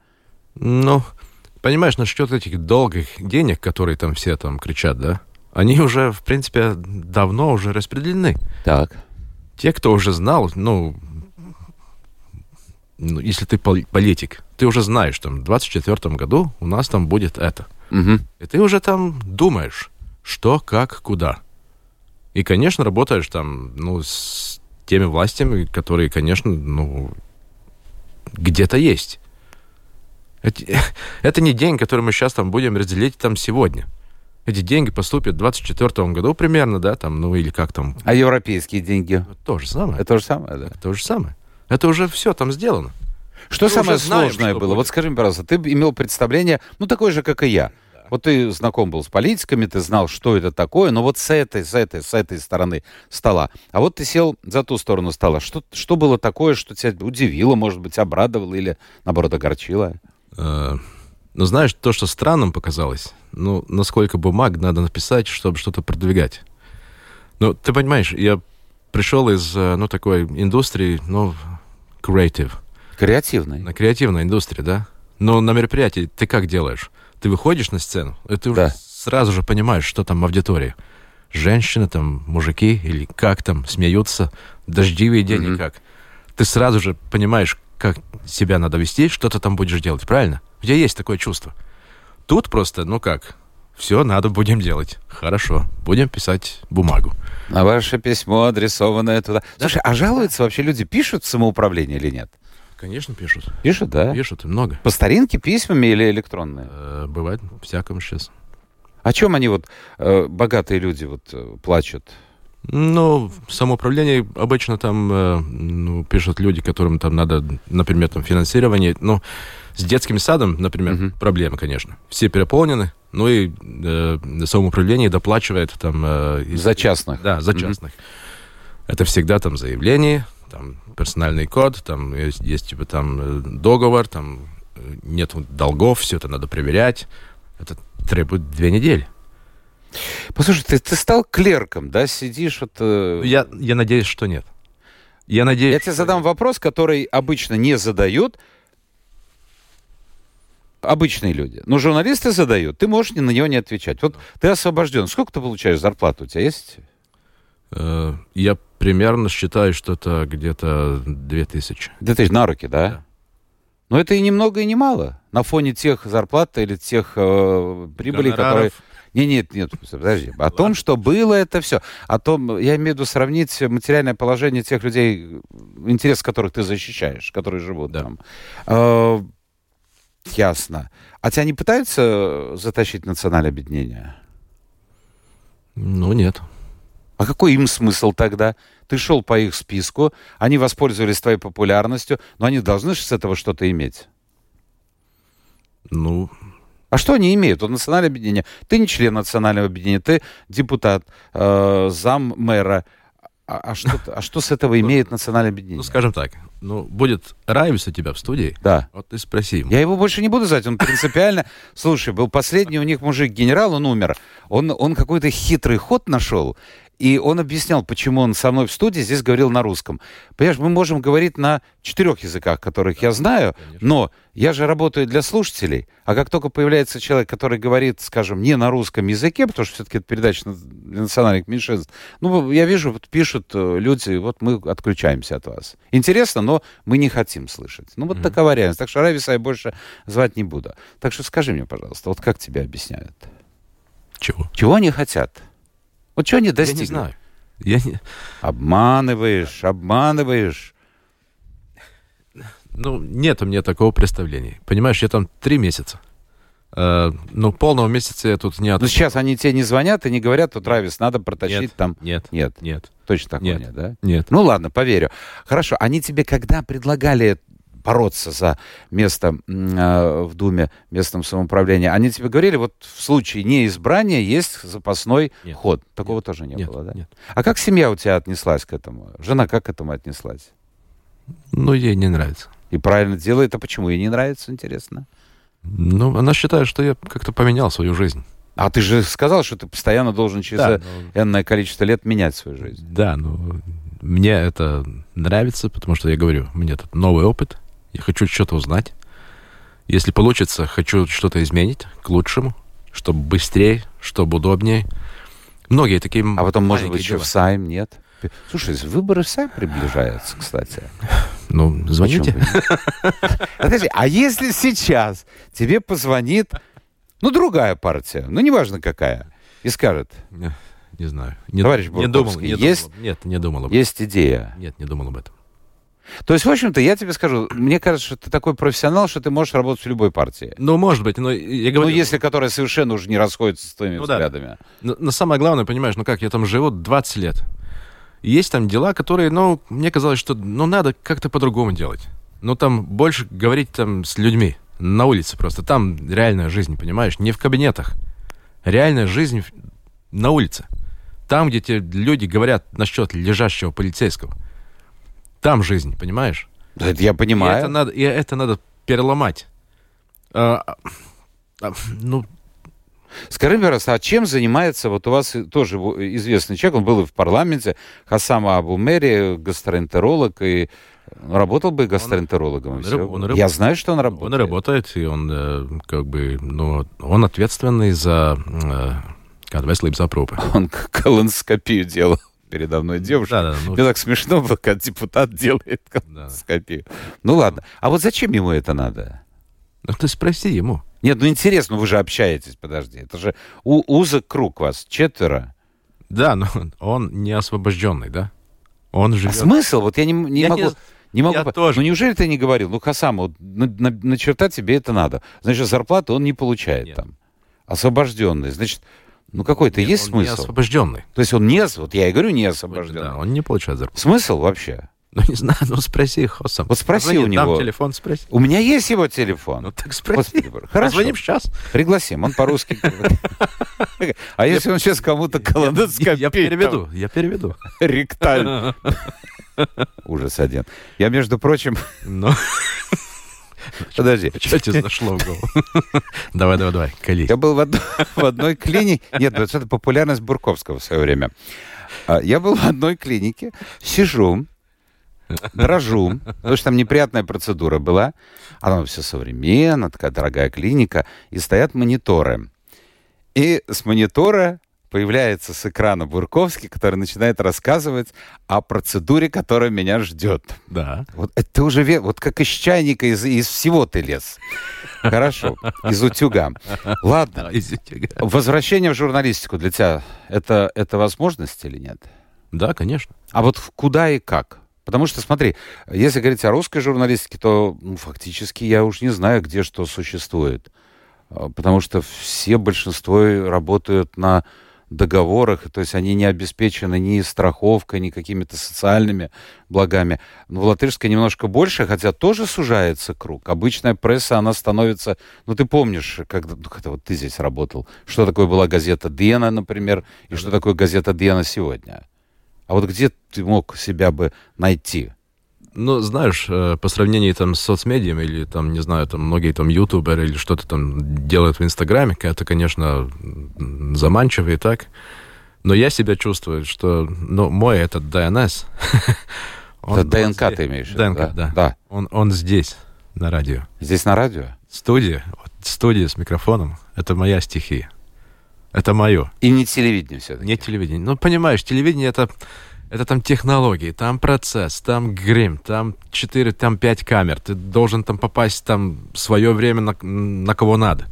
[SPEAKER 2] Ну, понимаешь, насчет этих долгих денег, которые там все там кричат, да? Они уже, в принципе, давно уже распределены.
[SPEAKER 1] Так.
[SPEAKER 2] Те, кто уже знал, ну, ну, если ты пол- политик, ты уже знаешь, там, в 24 году у нас там будет это. И ты уже там думаешь, что, как, куда. И, конечно, работаешь там, ну, с теми властями, которые, конечно, ну, где-то есть. Эти- Это не деньги, которые мы сейчас там будем разделить там сегодня. Эти деньги поступят в 24 году примерно, да, там, ну, или как там,
[SPEAKER 1] А европейские деньги?
[SPEAKER 2] то же самое.
[SPEAKER 1] Это то же самое, да?
[SPEAKER 2] То же самое. Это уже все там сделано.
[SPEAKER 1] Что
[SPEAKER 2] Мы уже
[SPEAKER 1] самое
[SPEAKER 2] знаем,
[SPEAKER 1] сложное
[SPEAKER 2] что
[SPEAKER 1] было?
[SPEAKER 2] будет.
[SPEAKER 1] Вот скажи мне, пожалуйста, ты имел представление, ну, такое же, как и я. Вот ты знаком был с политиками, ты знал, что это такое, но вот с этой, с этой, с этой стороны стола. А вот ты сел за ту сторону стола. Что, что было такое, что тебя удивило, может быть, обрадовало или, наоборот, огорчило?
[SPEAKER 2] Э, Ну, знаешь, то, что странным показалось, ну, насколько бумаг надо написать, чтобы что-то продвигать. Ну, ты понимаешь, я пришел из, э, ну, такой индустрии, ну, creative,
[SPEAKER 1] Креативный.
[SPEAKER 2] на креативной индустрии, да? Но на мероприятии ты как делаешь? Ты выходишь на сцену, и ты уже
[SPEAKER 1] Да.
[SPEAKER 2] сразу же понимаешь, что там аудитория. Женщины там, мужики, или как там, смеются, дождивый день, или
[SPEAKER 1] Мгм.
[SPEAKER 2] как. Ты сразу же понимаешь, как себя надо вести, что ты там будешь делать, правильно? У тебя есть такое чувство. Тут просто, ну как, все надо будем делать. Хорошо, будем писать бумагу.
[SPEAKER 1] На ваше письмо, адресованное туда. Слушай, а жалуются вообще люди? Пишут в самоуправление или нет?
[SPEAKER 2] Конечно, пишут.
[SPEAKER 1] Пишут, да?
[SPEAKER 2] Пишут, и много.
[SPEAKER 1] По старинке письмами или электронные?
[SPEAKER 2] Э, бывает всяком сейчас.
[SPEAKER 1] О чем они вот, э, богатые люди, вот, э, плачут?
[SPEAKER 2] Ну, в самоуправлении обычно там э, ну, пишут люди, которым там надо, например, там финансирование. Ну, с детским садом, например,
[SPEAKER 1] Мгм.
[SPEAKER 2] проблемы, конечно. Все переполнены. Ну и э, самоуправление доплачивает там... э, из-
[SPEAKER 1] За частных.
[SPEAKER 2] Да, за
[SPEAKER 1] Мгм.
[SPEAKER 2] частных. Это всегда там заявление, там персональный код, там есть, есть, типа там э, договор, там э, нет долгов, все это надо проверять. Это требует две недели.
[SPEAKER 1] Послушай, ты, ты стал клерком, да? Сидишь вот... э,
[SPEAKER 2] Я, я надеюсь, что нет. Я надеюсь...
[SPEAKER 1] Я тебе
[SPEAKER 2] что
[SPEAKER 1] задам вопрос, который обычно не задают обычные люди. Но журналисты задают, ты можешь ни на него не отвечать. Вот ты освобожден. Сколько ты получаешь зарплату? У тебя есть?
[SPEAKER 2] Э, Я примерно считаю, что это где-то 2000.
[SPEAKER 1] Да ты ж на руки, да?
[SPEAKER 2] Да.
[SPEAKER 1] Но это и ни много, и не мало. На фоне тех зарплат или тех э, прибылей, которые...
[SPEAKER 2] Гонораров.
[SPEAKER 1] Не, нет, нет, подожди. О том, что было это все. О том, я имею в виду сравнить материальное положение тех людей, интерес которых ты защищаешь, которые живут
[SPEAKER 2] Да.
[SPEAKER 1] там. Э, ясно. А тебя не пытаются затащить в национальное объединение?
[SPEAKER 2] Ну, нет.
[SPEAKER 1] А какой им смысл тогда? Ты шел по их списку, они воспользовались твоей популярностью, но они должны же с этого что-то иметь.
[SPEAKER 2] Ну,
[SPEAKER 1] А что они имеют? Вот национальное объединение. Ты не член национального объединения, ты депутат, э, зам мэра. А, а что, а что с этого имеет национальное объединение?
[SPEAKER 2] Ну, скажем так, ну, будет Райвис у тебя в студии,
[SPEAKER 1] Да.
[SPEAKER 2] вот ты спроси ему.
[SPEAKER 1] Я его больше не буду звать, он принципиально... Слушай, был последний у них мужик-генерал, он умер. Он, он какой-то хитрый ход нашел, и он объяснял, почему он со мной в студии здесь говорил на русском. Понимаешь, мы можем говорить на четырех языках, которых я знаю, но я же работаю для слушателей, а как только появляется человек, который говорит, скажем, не на русском языке, потому что все-таки это передача на- для национальных меньшинств, ну, я вижу, вот пишут э, люди, вот мы отключаемся от вас. Интересно, но мы не хотим слышать. Ну, вот такова реальность. Так что Рависа я больше звать не буду. Так что скажи мне, пожалуйста, вот как тебе объясняют?
[SPEAKER 2] Чего?
[SPEAKER 1] Чего они хотят? Вот чего они достигли?
[SPEAKER 2] Я не знаю. Я не...
[SPEAKER 1] Обманываешь, обманываешь.
[SPEAKER 2] Ну, нет у меня такого представления. Понимаешь, я там три месяца. Э, ну, полного месяца я А тут не от...
[SPEAKER 1] Ну, сейчас они тебе не звонят и не говорят, вот, Равис, надо протащить
[SPEAKER 2] нет,
[SPEAKER 1] там.
[SPEAKER 2] Нет,
[SPEAKER 1] Нет,
[SPEAKER 2] нет,
[SPEAKER 1] точно такого
[SPEAKER 2] Нет.
[SPEAKER 1] нет, да?
[SPEAKER 2] нет.
[SPEAKER 1] Ну ладно, поверю. Хорошо, они тебе когда предлагали бороться за место м, э, в Думе, местном самоуправлении, они тебе говорили, вот в случае неизбрания есть запасной
[SPEAKER 2] Нет.
[SPEAKER 1] ход. Такого тоже не
[SPEAKER 2] нет,
[SPEAKER 1] было, да?
[SPEAKER 2] нет.
[SPEAKER 1] А как семья у тебя отнеслась к этому? Жена как к этому отнеслась?
[SPEAKER 2] Ну, ей не нравится.
[SPEAKER 1] И правильно делает, а почему ей не нравится, интересно?
[SPEAKER 2] Ну, она считает, что я как-то поменял свою жизнь.
[SPEAKER 1] А ты же сказал, что ты постоянно должен через
[SPEAKER 2] Да, ну,
[SPEAKER 1] э, энное количество лет менять свою жизнь.
[SPEAKER 2] Да, ну, мне это нравится, потому что я говорю, мне этот новый опыт, я хочу что-то узнать. Если получится, хочу что-то изменить к лучшему, чтобы быстрее, чтобы удобнее. Многие такие
[SPEAKER 1] А потом, может
[SPEAKER 2] маленькие
[SPEAKER 1] быть, еще
[SPEAKER 2] дела.
[SPEAKER 1] в Сайм, нет? Слушай, выборы в Сайм приближаются, кстати.
[SPEAKER 2] Ну, звоните.
[SPEAKER 1] Почему бы нет? Подожди, а если сейчас тебе позвонит, ну, другая партия, ну, неважно какая, и скажет,
[SPEAKER 2] Не, не знаю. Не,
[SPEAKER 1] Товарищ
[SPEAKER 2] не
[SPEAKER 1] Бурковский,
[SPEAKER 2] думал, не думал.
[SPEAKER 1] есть-
[SPEAKER 2] Нет, не думал об этом.
[SPEAKER 1] есть идея.
[SPEAKER 2] Нет, не думал об этом.
[SPEAKER 1] То есть, в общем-то, я тебе скажу, мне кажется, что ты такой профессионал, что ты можешь работать в любой партии.
[SPEAKER 2] Ну, может быть, но я
[SPEAKER 1] Ну,
[SPEAKER 2] говорю...
[SPEAKER 1] если которая совершенно уже не расходится с твоими
[SPEAKER 2] Ну да.
[SPEAKER 1] взглядами.
[SPEAKER 2] Но, но самое главное, понимаешь, ну как, я там живу 20 лет. И Есть там дела, которые, ну, мне казалось, что, ну, надо как-то по-другому делать. Ну, там больше говорить там с людьми, на улице просто. Там реальная жизнь, понимаешь, не в кабинетах. Реальная жизнь в- на улице. Там, где те люди говорят насчет лежащего полицейского. Там жизнь, понимаешь?
[SPEAKER 1] Да, это я
[SPEAKER 2] И это
[SPEAKER 1] понимаю.
[SPEAKER 2] надо, и это надо переломать. А, а, а, ну,
[SPEAKER 1] Скажи, пожалуйста, а чем занимается, вот у вас и- тоже во- известный человек, он был и в парламенте, Хасама Абумери, гастроэнтеролог, и работал бы гастроэнтерологом. и
[SPEAKER 2] он
[SPEAKER 1] всё.
[SPEAKER 2] раб- он раб-
[SPEAKER 1] Я знаю, что он работает.
[SPEAKER 2] он работает, и он э, как бы, ну, он ответственный за, э, как называется, лейб-запропы.
[SPEAKER 1] Он к- колоноскопию делал передо мной девушка.
[SPEAKER 2] Да-да, ну,
[SPEAKER 1] Мне так смешно было, когда депутат делает колоноскопию. Ну ладно. А вот зачем ему это надо?
[SPEAKER 2] ну, ты спроси ему.
[SPEAKER 1] Нет, ну интересно, вы же общаетесь, подожди. Это же у- узок круг вас, четверо.
[SPEAKER 2] Да, но он не освобожденный, да? Он
[SPEAKER 1] А
[SPEAKER 2] живет...
[SPEAKER 1] смысл? Вот я не, м- не
[SPEAKER 2] Я
[SPEAKER 1] могу...
[SPEAKER 2] не-
[SPEAKER 1] не могу
[SPEAKER 2] я
[SPEAKER 1] по-
[SPEAKER 2] тоже.
[SPEAKER 1] Ну неужели ты не говорил? Ну, Хасам, вот на, на- на черта тебе это надо. Значит, зарплату он не получает
[SPEAKER 2] Нет.
[SPEAKER 1] там. Освобожденный. Значит, ну какой-то
[SPEAKER 2] Нет,
[SPEAKER 1] есть
[SPEAKER 2] он
[SPEAKER 1] смысл?
[SPEAKER 2] не освобожденный.
[SPEAKER 1] То есть он не... ос- Вот я и говорю, не освобожденный.
[SPEAKER 2] Да, он не получает зарплату.
[SPEAKER 1] Смысл вообще?
[SPEAKER 2] Ну, не знаю, ну, спроси Хосам.
[SPEAKER 1] Вот спроси
[SPEAKER 2] Позвони,
[SPEAKER 1] у
[SPEAKER 2] дам
[SPEAKER 1] него.
[SPEAKER 2] телефон, спроси.
[SPEAKER 1] У меня есть его телефон.
[SPEAKER 2] Ну, так
[SPEAKER 1] Господи,
[SPEAKER 2] спроси.
[SPEAKER 1] Боже. Хорошо.
[SPEAKER 2] Позвоним сейчас.
[SPEAKER 1] Пригласим, он по-русски. говорит. А если он сейчас кому-то
[SPEAKER 2] Я,
[SPEAKER 1] колоноскопию...
[SPEAKER 2] я переведу, я переведу.
[SPEAKER 1] Ректально. Ужас один. Я, между прочим...
[SPEAKER 2] Ну,
[SPEAKER 1] Подожди.
[SPEAKER 2] что тебе зашло в голову? Давай, давай, давай, коли.
[SPEAKER 1] Я был в, одной- в одной клинике. Нет, вот это популярность Бурковского в свое время. А, Я был в одной клинике, сижу, дрожу, потому что там неприятная процедура была. Она все современно, такая дорогая клиника. И стоят мониторы. И с монитора появляется с экрана Бурковский, который начинает рассказывать о процедуре, которая меня ждет.
[SPEAKER 2] Да.
[SPEAKER 1] Вот это ты уже, ве- вот как из чайника, из, из всего ты лез. Хорошо, из утюга. Ладно, Возвращение в журналистику для тебя это, это возможность или нет?
[SPEAKER 2] Да, конечно.
[SPEAKER 1] А вот в- куда и как? Потому что, смотри, если говорить о русской журналистике, то ну, фактически я уж не знаю, где что существует. А, Потому что все большинство и работают на договорах, то есть они не обеспечены ни страховкой, ни какими-то социальными благами. Но в Латышской немножко больше, хотя тоже сужается круг. Обычная пресса, она становится... Ну, ты помнишь, когда, ну, когда вот ты здесь работал, что такое была газета «Дена», например, и что такое газета «Дена» сегодня. А вот где ты мог себя бы найти?
[SPEAKER 2] Ну, знаешь, э, по сравнению там с соцмедиами или там, не знаю, там многие там ютуберы или что-то там делают в Инстаграме, это, конечно, м, заманчиво и так. Но я себя чувствую, что, ну, мой этот DNS... он-
[SPEAKER 1] Это
[SPEAKER 2] он
[SPEAKER 1] ДНК
[SPEAKER 2] здесь.
[SPEAKER 1] ты имеешь в виду?
[SPEAKER 2] ДНК, да.
[SPEAKER 1] Да.
[SPEAKER 2] Он, он здесь, на радио.
[SPEAKER 1] Здесь на радио?
[SPEAKER 2] Студия, вот студия с микрофоном, это моя стихия. Это мое.
[SPEAKER 1] И не телевидение все-таки.
[SPEAKER 2] Не телевидение. Ну, понимаешь, телевидение это, это там технологии, там процесс, там грим, там 4, там 5 камер. Ты должен там попасть там в свое время на, на кого надо.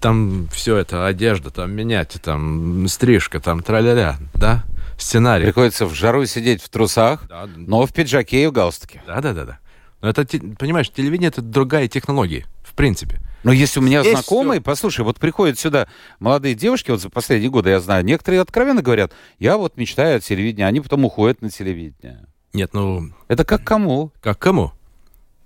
[SPEAKER 2] Там все это, одежда, там менять, там стрижка, там траля-ля, да? Сценарий.
[SPEAKER 1] Приходится в жару сидеть в трусах,
[SPEAKER 2] Да,
[SPEAKER 1] но в пиджаке и в галстуке.
[SPEAKER 2] да, да, да. да. Но это, те- понимаешь, телевидение это другая технология, в принципе.
[SPEAKER 1] Но если у меня
[SPEAKER 2] Здесь
[SPEAKER 1] знакомые, послушай, вот приходят сюда молодые девушки, вот за последние годы я знаю, некоторые откровенно говорят, я вот мечтаю о телевидении, они потом уходят на телевидение.
[SPEAKER 2] Нет, ну,
[SPEAKER 1] Это как кому?
[SPEAKER 2] Как кому?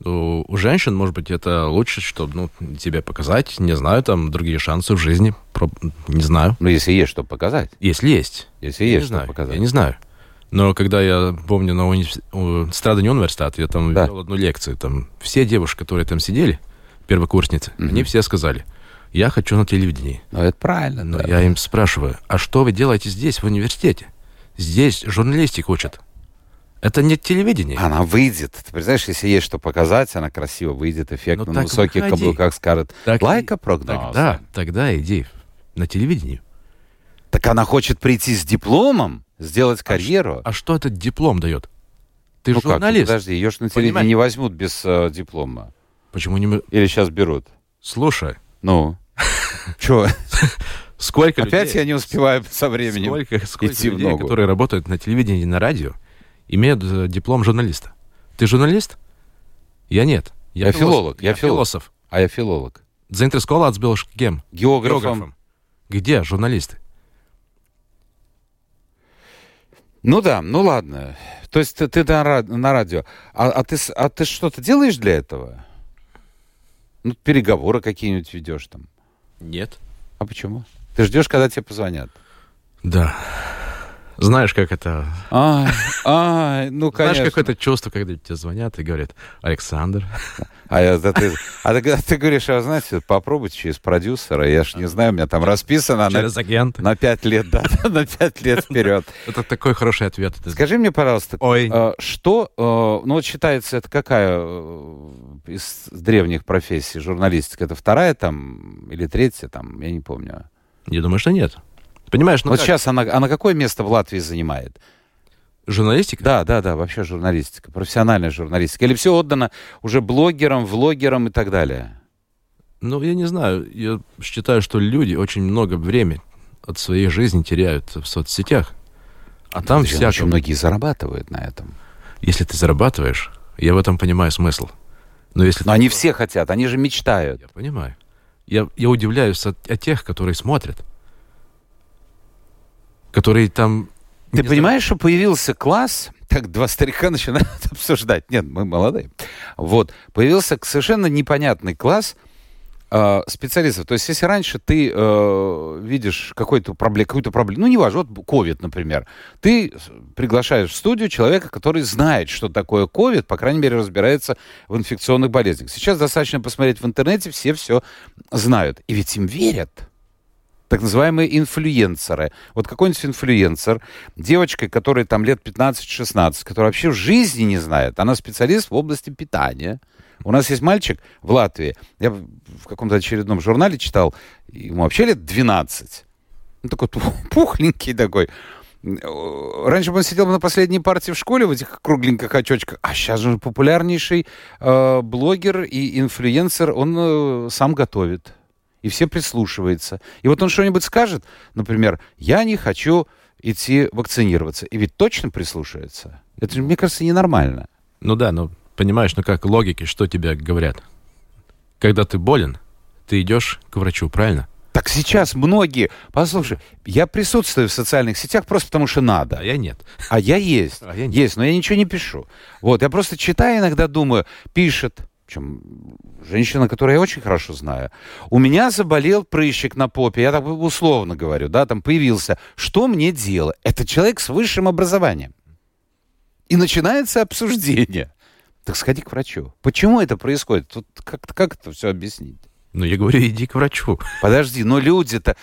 [SPEAKER 2] Ну, У, у женщин, может быть, это лучше, чтобы ну, тебе показать, не знаю, там другие шансы в жизни, про- не знаю.
[SPEAKER 1] Ну, если есть что показать.
[SPEAKER 2] Если есть.
[SPEAKER 1] Если
[SPEAKER 2] Я
[SPEAKER 1] есть
[SPEAKER 2] не
[SPEAKER 1] что
[SPEAKER 2] знаю,
[SPEAKER 1] показать.
[SPEAKER 2] Я не знаю. Но когда я помню на универ... у Страдане университет, я там
[SPEAKER 1] Да.
[SPEAKER 2] вел одну лекцию, там все девушки, которые там сидели, первокурсницы,
[SPEAKER 1] Мгм.
[SPEAKER 2] они все сказали, я хочу на телевидении.
[SPEAKER 1] Ну, это правильно.
[SPEAKER 2] Но
[SPEAKER 1] да.
[SPEAKER 2] я им спрашиваю, а что вы делаете здесь, в университете? Здесь журналистик учат. Это не телевидение.
[SPEAKER 1] Она выйдет. Ты представляешь, если есть что показать, она красиво выйдет, эффектно,
[SPEAKER 2] Ну,
[SPEAKER 1] на
[SPEAKER 2] так
[SPEAKER 1] высоких
[SPEAKER 2] выходи.
[SPEAKER 1] каблуках скажет.
[SPEAKER 2] Так и-
[SPEAKER 1] Лайка прогноз.
[SPEAKER 2] Тогда, тогда иди на телевидение.
[SPEAKER 1] Так она хочет прийти с дипломом, сделать карьеру.
[SPEAKER 2] А что этот диплом дает? Ты
[SPEAKER 1] ну
[SPEAKER 2] журналист.
[SPEAKER 1] как, подожди, ее же на телевидении
[SPEAKER 2] Понимаешь?
[SPEAKER 1] не возьмут без э, диплома.
[SPEAKER 2] Почему не... мы-
[SPEAKER 1] Или сейчас берут.
[SPEAKER 2] Слушай,
[SPEAKER 1] Ну. Че?
[SPEAKER 2] сколько
[SPEAKER 1] Опять я
[SPEAKER 2] людей,
[SPEAKER 1] не успеваю со временем.
[SPEAKER 2] сколько, сколько
[SPEAKER 1] идти в
[SPEAKER 2] людей,
[SPEAKER 1] ногу?
[SPEAKER 2] которые работают на телевидении и на радио, имеют э, диплом журналиста? Ты журналист? Я нет.
[SPEAKER 1] Я филолог, я
[SPEAKER 2] Я
[SPEAKER 1] филолог.
[SPEAKER 2] философ.
[SPEAKER 1] А я филолог.
[SPEAKER 2] Заинтересковал отсбелшкем.
[SPEAKER 1] Географом.
[SPEAKER 2] Где журналисты?
[SPEAKER 1] Ну да, ну ладно. То есть ты, ты на, ра- на радио. А, а ты, с- а ты что-то делаешь для этого? Ну, переговоры какие-нибудь ведешь там.
[SPEAKER 2] Нет.
[SPEAKER 1] А почему? Ты ждешь, когда тебе позвонят.
[SPEAKER 2] Да. Знаешь, как это...
[SPEAKER 1] Ай, ай, ну, конечно.
[SPEAKER 2] Знаешь, какое-то чувство, когда тебе звонят и говорят, Александр,
[SPEAKER 1] А, я- да ты, а ты, когда ты говоришь, а знаете, попробуйте через продюсера, я ж не знаю, у меня там расписано на,
[SPEAKER 2] через агента.
[SPEAKER 1] на 5 лет, да, на 5 лет вперед.
[SPEAKER 2] Это такой хороший ответ. Это-
[SPEAKER 1] Скажи мне, пожалуйста,
[SPEAKER 2] Ой.
[SPEAKER 1] э, что, э, ну вот считается, это какая э, из древних профессий журналистика? Это вторая там или третья там, я не помню.
[SPEAKER 2] Я думаю, что нет. Понимаешь, ну
[SPEAKER 1] вот
[SPEAKER 2] как,
[SPEAKER 1] сейчас она, она какое место в Латвии занимает?
[SPEAKER 2] журналистика,
[SPEAKER 1] Да, да, да, вообще журналистика, профессиональная журналистика. Или все отдано уже блогерам, влогерам и так далее.
[SPEAKER 2] ну, я не знаю, я считаю, что люди очень много времени от своей жизни теряют в соцсетях. А
[SPEAKER 1] Подожди,
[SPEAKER 2] там
[SPEAKER 1] ну,
[SPEAKER 2] всякое.
[SPEAKER 1] Очень многие зарабатывают на этом.
[SPEAKER 2] Если ты зарабатываешь, я в этом понимаю смысл. Но если
[SPEAKER 1] Но
[SPEAKER 2] ты-
[SPEAKER 1] они все хотят, они же мечтают.
[SPEAKER 2] Я понимаю. Я, я удивляюсь от, от тех, которые смотрят. Которые там...
[SPEAKER 1] Ты
[SPEAKER 2] не
[SPEAKER 1] понимаешь, что появился класс, так два старика начинают обсуждать. Нет, мы молодые. Вот, появился к- совершенно непонятный класс э, специалистов. То есть, если раньше ты э, видишь какой-то пробле- какую-то проблему, ну, неважно, вот ковид, например, ты с- приглашаешь в студию человека, который знает, что такое ковид, по крайней мере, разбирается в инфекционных болезнях. Сейчас достаточно посмотреть в интернете, все все знают. И ведь им верят так называемые инфлюенсеры. Вот какой-нибудь инфлюенсер, девочка, которой там лет 15-16, которая вообще в жизни не знает, она специалист в области питания. У нас есть мальчик в Латвии, я в каком-то очередном журнале читал, ему вообще лет 12. Он Ну, такой пух- пухленький такой. Раньше бы он сидел на последней партии в школе в этих кругленьких очочках, а сейчас же популярнейший э, блогер и инфлюенсер, он э, сам готовит. И все прислушиваются. И вот он что-нибудь скажет, например, я не хочу идти вакцинироваться. И ведь точно прислушается. Это, же, мне кажется, ненормально.
[SPEAKER 2] Ну да, но понимаешь, ну как логики, что тебе говорят? Когда ты болен, ты идешь к врачу, правильно?
[SPEAKER 1] Так сейчас многие... Послушай, я присутствую в социальных сетях просто потому, что надо.
[SPEAKER 2] А я нет.
[SPEAKER 1] А я есть.
[SPEAKER 2] А я нет.
[SPEAKER 1] Есть, но я ничего не пишу. Вот, я просто читаю иногда, думаю, пишет. Причем женщина, которую я очень хорошо знаю. У меня заболел прыщик на попе, я так условно говорю, да, там появился. Что мне делать? Это человек с высшим образованием. И начинается обсуждение. Так сходи к врачу. Почему это происходит? Тут как, как это все объяснить?
[SPEAKER 2] Ну, я говорю, иди к врачу.
[SPEAKER 1] Подожди, но люди-то...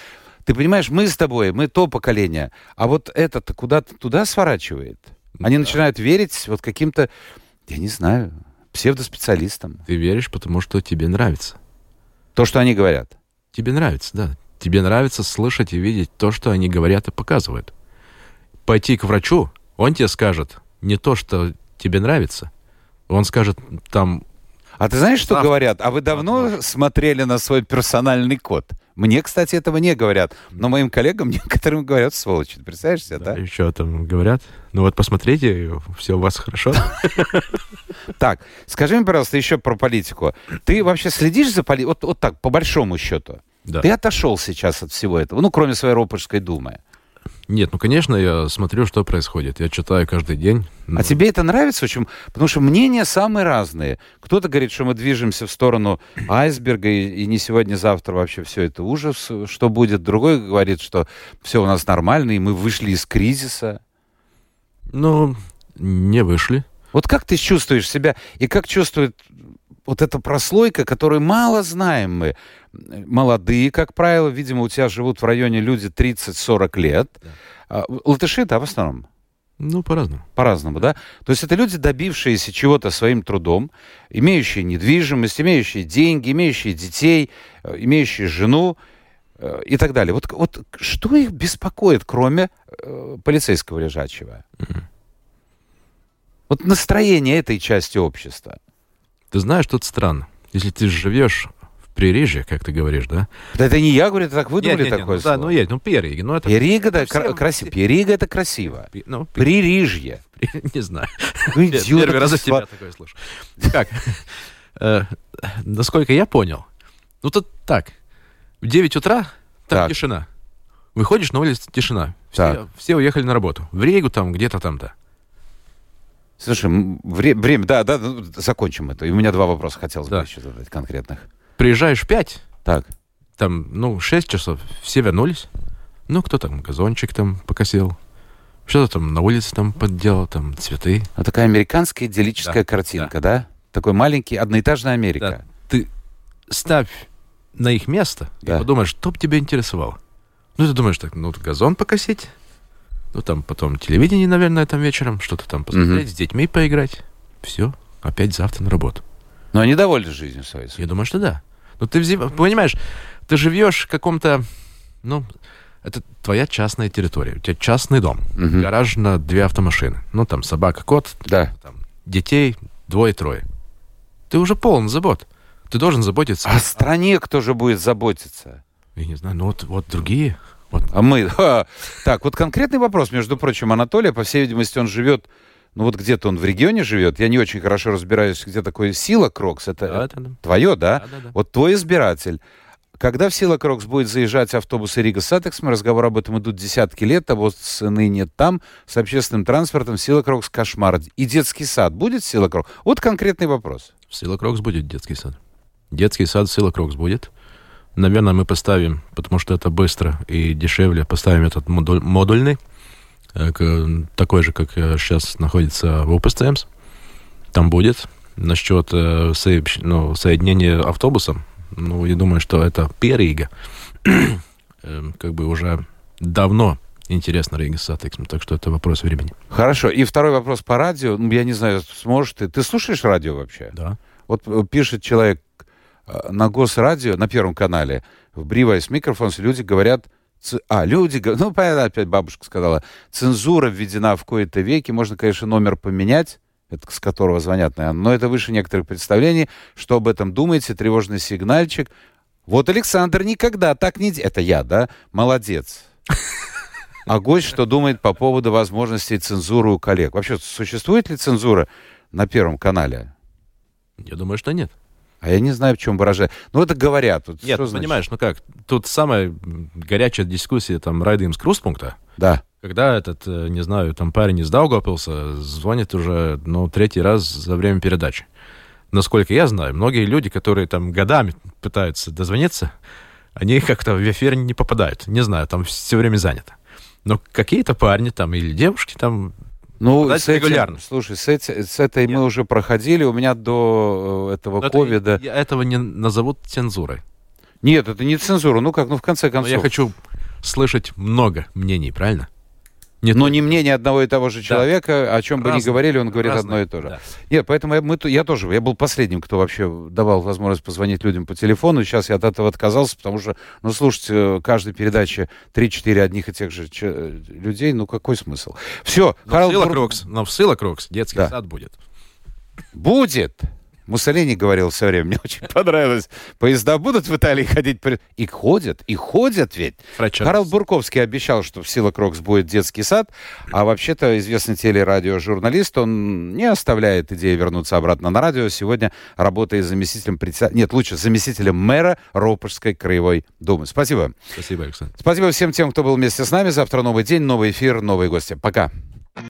[SPEAKER 1] Ты понимаешь, мы с тобой, мы то поколение, а вот это-то куда-то туда сворачивает. Они
[SPEAKER 2] Да.
[SPEAKER 1] начинают верить вот каким-то, я не знаю, псевдоспециалистам.
[SPEAKER 2] Ты веришь, потому что тебе нравится.
[SPEAKER 1] То, что они говорят.
[SPEAKER 2] Тебе нравится, да. Тебе нравится слышать и видеть то, что они говорят и показывают. Пойти к врачу, он тебе скажет не то, что тебе нравится. Он скажет там,
[SPEAKER 1] А ты знаешь, что
[SPEAKER 2] Завтра.
[SPEAKER 1] говорят? А вы давно
[SPEAKER 2] Возможно.
[SPEAKER 1] смотрели на свой персональный код? Мне, кстати, этого не говорят. Но моим коллегам некоторым говорят, сволочи. Ты представляешь себе, да?
[SPEAKER 2] еще там говорят, ну вот посмотрите, все у вас хорошо.
[SPEAKER 1] Так, скажи мне, пожалуйста, еще про политику. Ты вообще следишь за политикой? Вот, вот так, по большому счету.
[SPEAKER 2] Да.
[SPEAKER 1] Ты отошел сейчас от всего этого, ну, кроме своей Ропольской думы.
[SPEAKER 2] Нет, ну, конечно, я смотрю, что происходит. Я читаю каждый день. Ну,
[SPEAKER 1] А тебе это нравится? Очень? Потому что мнения самые разные. Кто-то говорит, что мы движемся в сторону айсберга, и, и не сегодня-завтра вообще все это ужас, что будет. Другой говорит, что все у нас нормально, и мы вышли из кризиса.
[SPEAKER 2] ну, не вышли.
[SPEAKER 1] Вот как ты чувствуешь себя, и как чувствует вот эта прослойка, которую мало знаем мы? Молодые, как правило, видимо, у тебя живут в районе люди 30-40 лет.
[SPEAKER 2] Да.
[SPEAKER 1] А, Латыши, да, в основном?
[SPEAKER 2] Ну, по-разному.
[SPEAKER 1] по-разному, да? То есть это люди, добившиеся чего-то своим трудом, имеющие недвижимость, имеющие деньги, имеющие детей, э, имеющие жену э, и так далее. Вот, вот что их беспокоит, кроме э, полицейского лежачего? Вот настроение этой части общества.
[SPEAKER 2] Ты знаешь, тут странно. Если ты живешь в прирежье, как ты говоришь, да?
[SPEAKER 1] Да это не я говорю, это так выдумали
[SPEAKER 2] Нет, нет, нет,
[SPEAKER 1] такое
[SPEAKER 2] ну,
[SPEAKER 1] слово.
[SPEAKER 2] Да, ну, есть, ну, перья, ну, это...
[SPEAKER 1] Перига, да,
[SPEAKER 2] все-
[SPEAKER 1] кра- краси- Перига это красиво.
[SPEAKER 2] Пи- Ну, пи-
[SPEAKER 1] Пририжье.
[SPEAKER 2] не знаю.
[SPEAKER 1] Вы
[SPEAKER 2] Пе-
[SPEAKER 1] идиоты,
[SPEAKER 2] Первый раз от
[SPEAKER 1] сва-
[SPEAKER 2] тебя такое слышу. Как? Э, Насколько я понял, ну, тут так. В 9 утра там
[SPEAKER 1] Так.
[SPEAKER 2] тишина. Выходишь на улицу, тишина. Все-
[SPEAKER 1] Так.
[SPEAKER 2] Все уехали на работу. В Ригу там, где-то там-то.
[SPEAKER 1] Слушай, м, вре- время, да, да, ну, закончим это. И у меня два вопроса хотелось бы
[SPEAKER 2] Да.
[SPEAKER 1] еще задать конкретных.
[SPEAKER 2] Приезжаешь в 5,
[SPEAKER 1] Так.
[SPEAKER 2] там, ну, 6 часов, все вернулись. Ну, кто там, газончик там покосил. Что-то там на улице там подделал, там цветы.
[SPEAKER 1] Ну, такая американская идиллическая картинка, да. Такой маленький, одноэтажная
[SPEAKER 2] Да.
[SPEAKER 1] Америка.
[SPEAKER 2] Ты ставь на их место
[SPEAKER 1] Да.
[SPEAKER 2] и подумай, что бы тебя интересовало. Ну, ты думаешь так, ну, газон покосить, ну, там потом телевидение, наверное, там вечером, что-то там посмотреть,
[SPEAKER 1] Мгм.
[SPEAKER 2] с детьми поиграть. Все, опять завтра на работу.
[SPEAKER 1] Но они довольны жизнью своей.
[SPEAKER 2] Я думаю, что да. Ну, ты взи- понимаешь, ты живешь в каком-то, ну, это твоя частная территория, у тебя частный дом,
[SPEAKER 1] Мгм.
[SPEAKER 2] гараж на две автомашины, ну, там собака, кот,
[SPEAKER 1] Да.
[SPEAKER 2] там, детей двое-трое. Ты уже полон забот. Ты должен заботиться.
[SPEAKER 1] А О стране кто же будет заботиться?
[SPEAKER 2] Я не знаю, ну вот, вот другие. Вот.
[SPEAKER 1] А мы... Ха. Так, вот конкретный вопрос, между прочим, Анатолия, по всей видимости, он живет... Ну вот где-то он в регионе живет. Я не очень хорошо разбираюсь, где такое Сила Крокс. Это
[SPEAKER 2] Да, да, да.
[SPEAKER 1] твое, да?
[SPEAKER 2] Да, да, да.
[SPEAKER 1] Вот твой избиратель. Когда в Сила Крокс будет заезжать автобусы Рига Сатексма, разговор об этом идут десятки лет, а вот сыны нет там, с общественным транспортом Сила Крокс кошмар. И детский сад будет Сила Крокс? Вот конкретный вопрос.
[SPEAKER 2] В Сила Крокс будет детский сад. Детский сад в Сила Крокс будет. Наверное, мы поставим, потому что это быстро и дешевле, поставим этот модуль- модульный, э, к- такой же, как э, сейчас находится в ОПСТМС. Там будет. Насчет э, сообщ- ну, соединения автобусом, ну, я думаю, что это перига. Эм, как бы уже давно интересно Рига с Атексом, так что это вопрос времени.
[SPEAKER 1] Хорошо. И второй вопрос по радио. Ну, Я не знаю, сможешь ты. Ты слушаешь радио вообще?
[SPEAKER 2] Да.
[SPEAKER 1] Вот э, пишет человек э, на Госрадио, на Первом канале, в Бривайс Микрофонс, люди говорят... ц- А, люди... г- Ну, понятно, опять бабушка сказала. Цензура введена в кои-то веки. Можно, конечно, номер поменять, это с которого звонят, наверное. Но это выше некоторых представлений. Что об этом думаете? Тревожный сигнальчик. Вот Александр никогда так не... де- Это я, да? Молодец. А гость что думает по поводу возможностей цензуры у коллег? Вообще, существует ли цензура на Первом канале?
[SPEAKER 2] Я думаю, что нет.
[SPEAKER 1] А я не знаю, в чем выражать. Ну, это говорят. Вот
[SPEAKER 2] Нет,
[SPEAKER 1] что
[SPEAKER 2] ну,
[SPEAKER 1] значит?
[SPEAKER 2] понимаешь, ну как, тут самая м, горячая дискуссия там Райдимс Круспункта,
[SPEAKER 1] Да.
[SPEAKER 2] когда этот, э, не знаю, там парень из Даугапилса звонит уже, ну, третий раз за время передачи. насколько я знаю, многие люди, которые там годами пытаются дозвониться, они как-то в эфир не попадают. Не знаю, там все время занято. Но какие-то парни там или девушки там
[SPEAKER 1] Ну,
[SPEAKER 2] Подать
[SPEAKER 1] с этим-
[SPEAKER 2] регулярно.
[SPEAKER 1] слушай, с, эти- с этой
[SPEAKER 2] Нет.
[SPEAKER 1] мы уже проходили. У меня до э, этого
[SPEAKER 2] Но это-
[SPEAKER 1] ковида...
[SPEAKER 2] я этого не назовут цензурой.
[SPEAKER 1] Нет, это не цензура. Ну как, ну в конце
[SPEAKER 2] Но
[SPEAKER 1] концов.
[SPEAKER 2] я хочу слышать много мнений, правильно? Не
[SPEAKER 1] Но не мнение одного и того же человека, о чем бы ни
[SPEAKER 2] Разное.
[SPEAKER 1] говорили, он говорит одно
[SPEAKER 2] Разное,
[SPEAKER 1] и то же.
[SPEAKER 2] да.
[SPEAKER 1] Нет, поэтому я, мы ту- я тоже, я был последним, кто вообще давал возможность позвонить людям по телефону. Сейчас я от этого отказался, потому что, ну, слушайте, э, каждой передаче 3-4 одних и тех же че- э, людей, ну, какой смысл? Все,
[SPEAKER 2] Но Ну, в Сила Крокс, но в Сила Крокс детский
[SPEAKER 1] Да.
[SPEAKER 2] сад будет.
[SPEAKER 1] будет. Муссолини говорил все время, мне очень понравилось. Поезда будут в Италии ходить? при- И ходят, и ходят ведь.
[SPEAKER 2] Фрача.
[SPEAKER 1] Карл Бурковский обещал, что в «Сила Крокс» будет детский сад, а вообще-то известный телерадиожурналист, он не оставляет идеи вернуться обратно на радио. Сегодня работает заместителем председателя... Нет, лучше заместителем мэра Ропожской краевой думы. Спасибо.
[SPEAKER 2] Спасибо, Александр.
[SPEAKER 1] Спасибо всем тем, кто был вместе с нами. Завтра новый день, новый эфир, новые гости. Пока.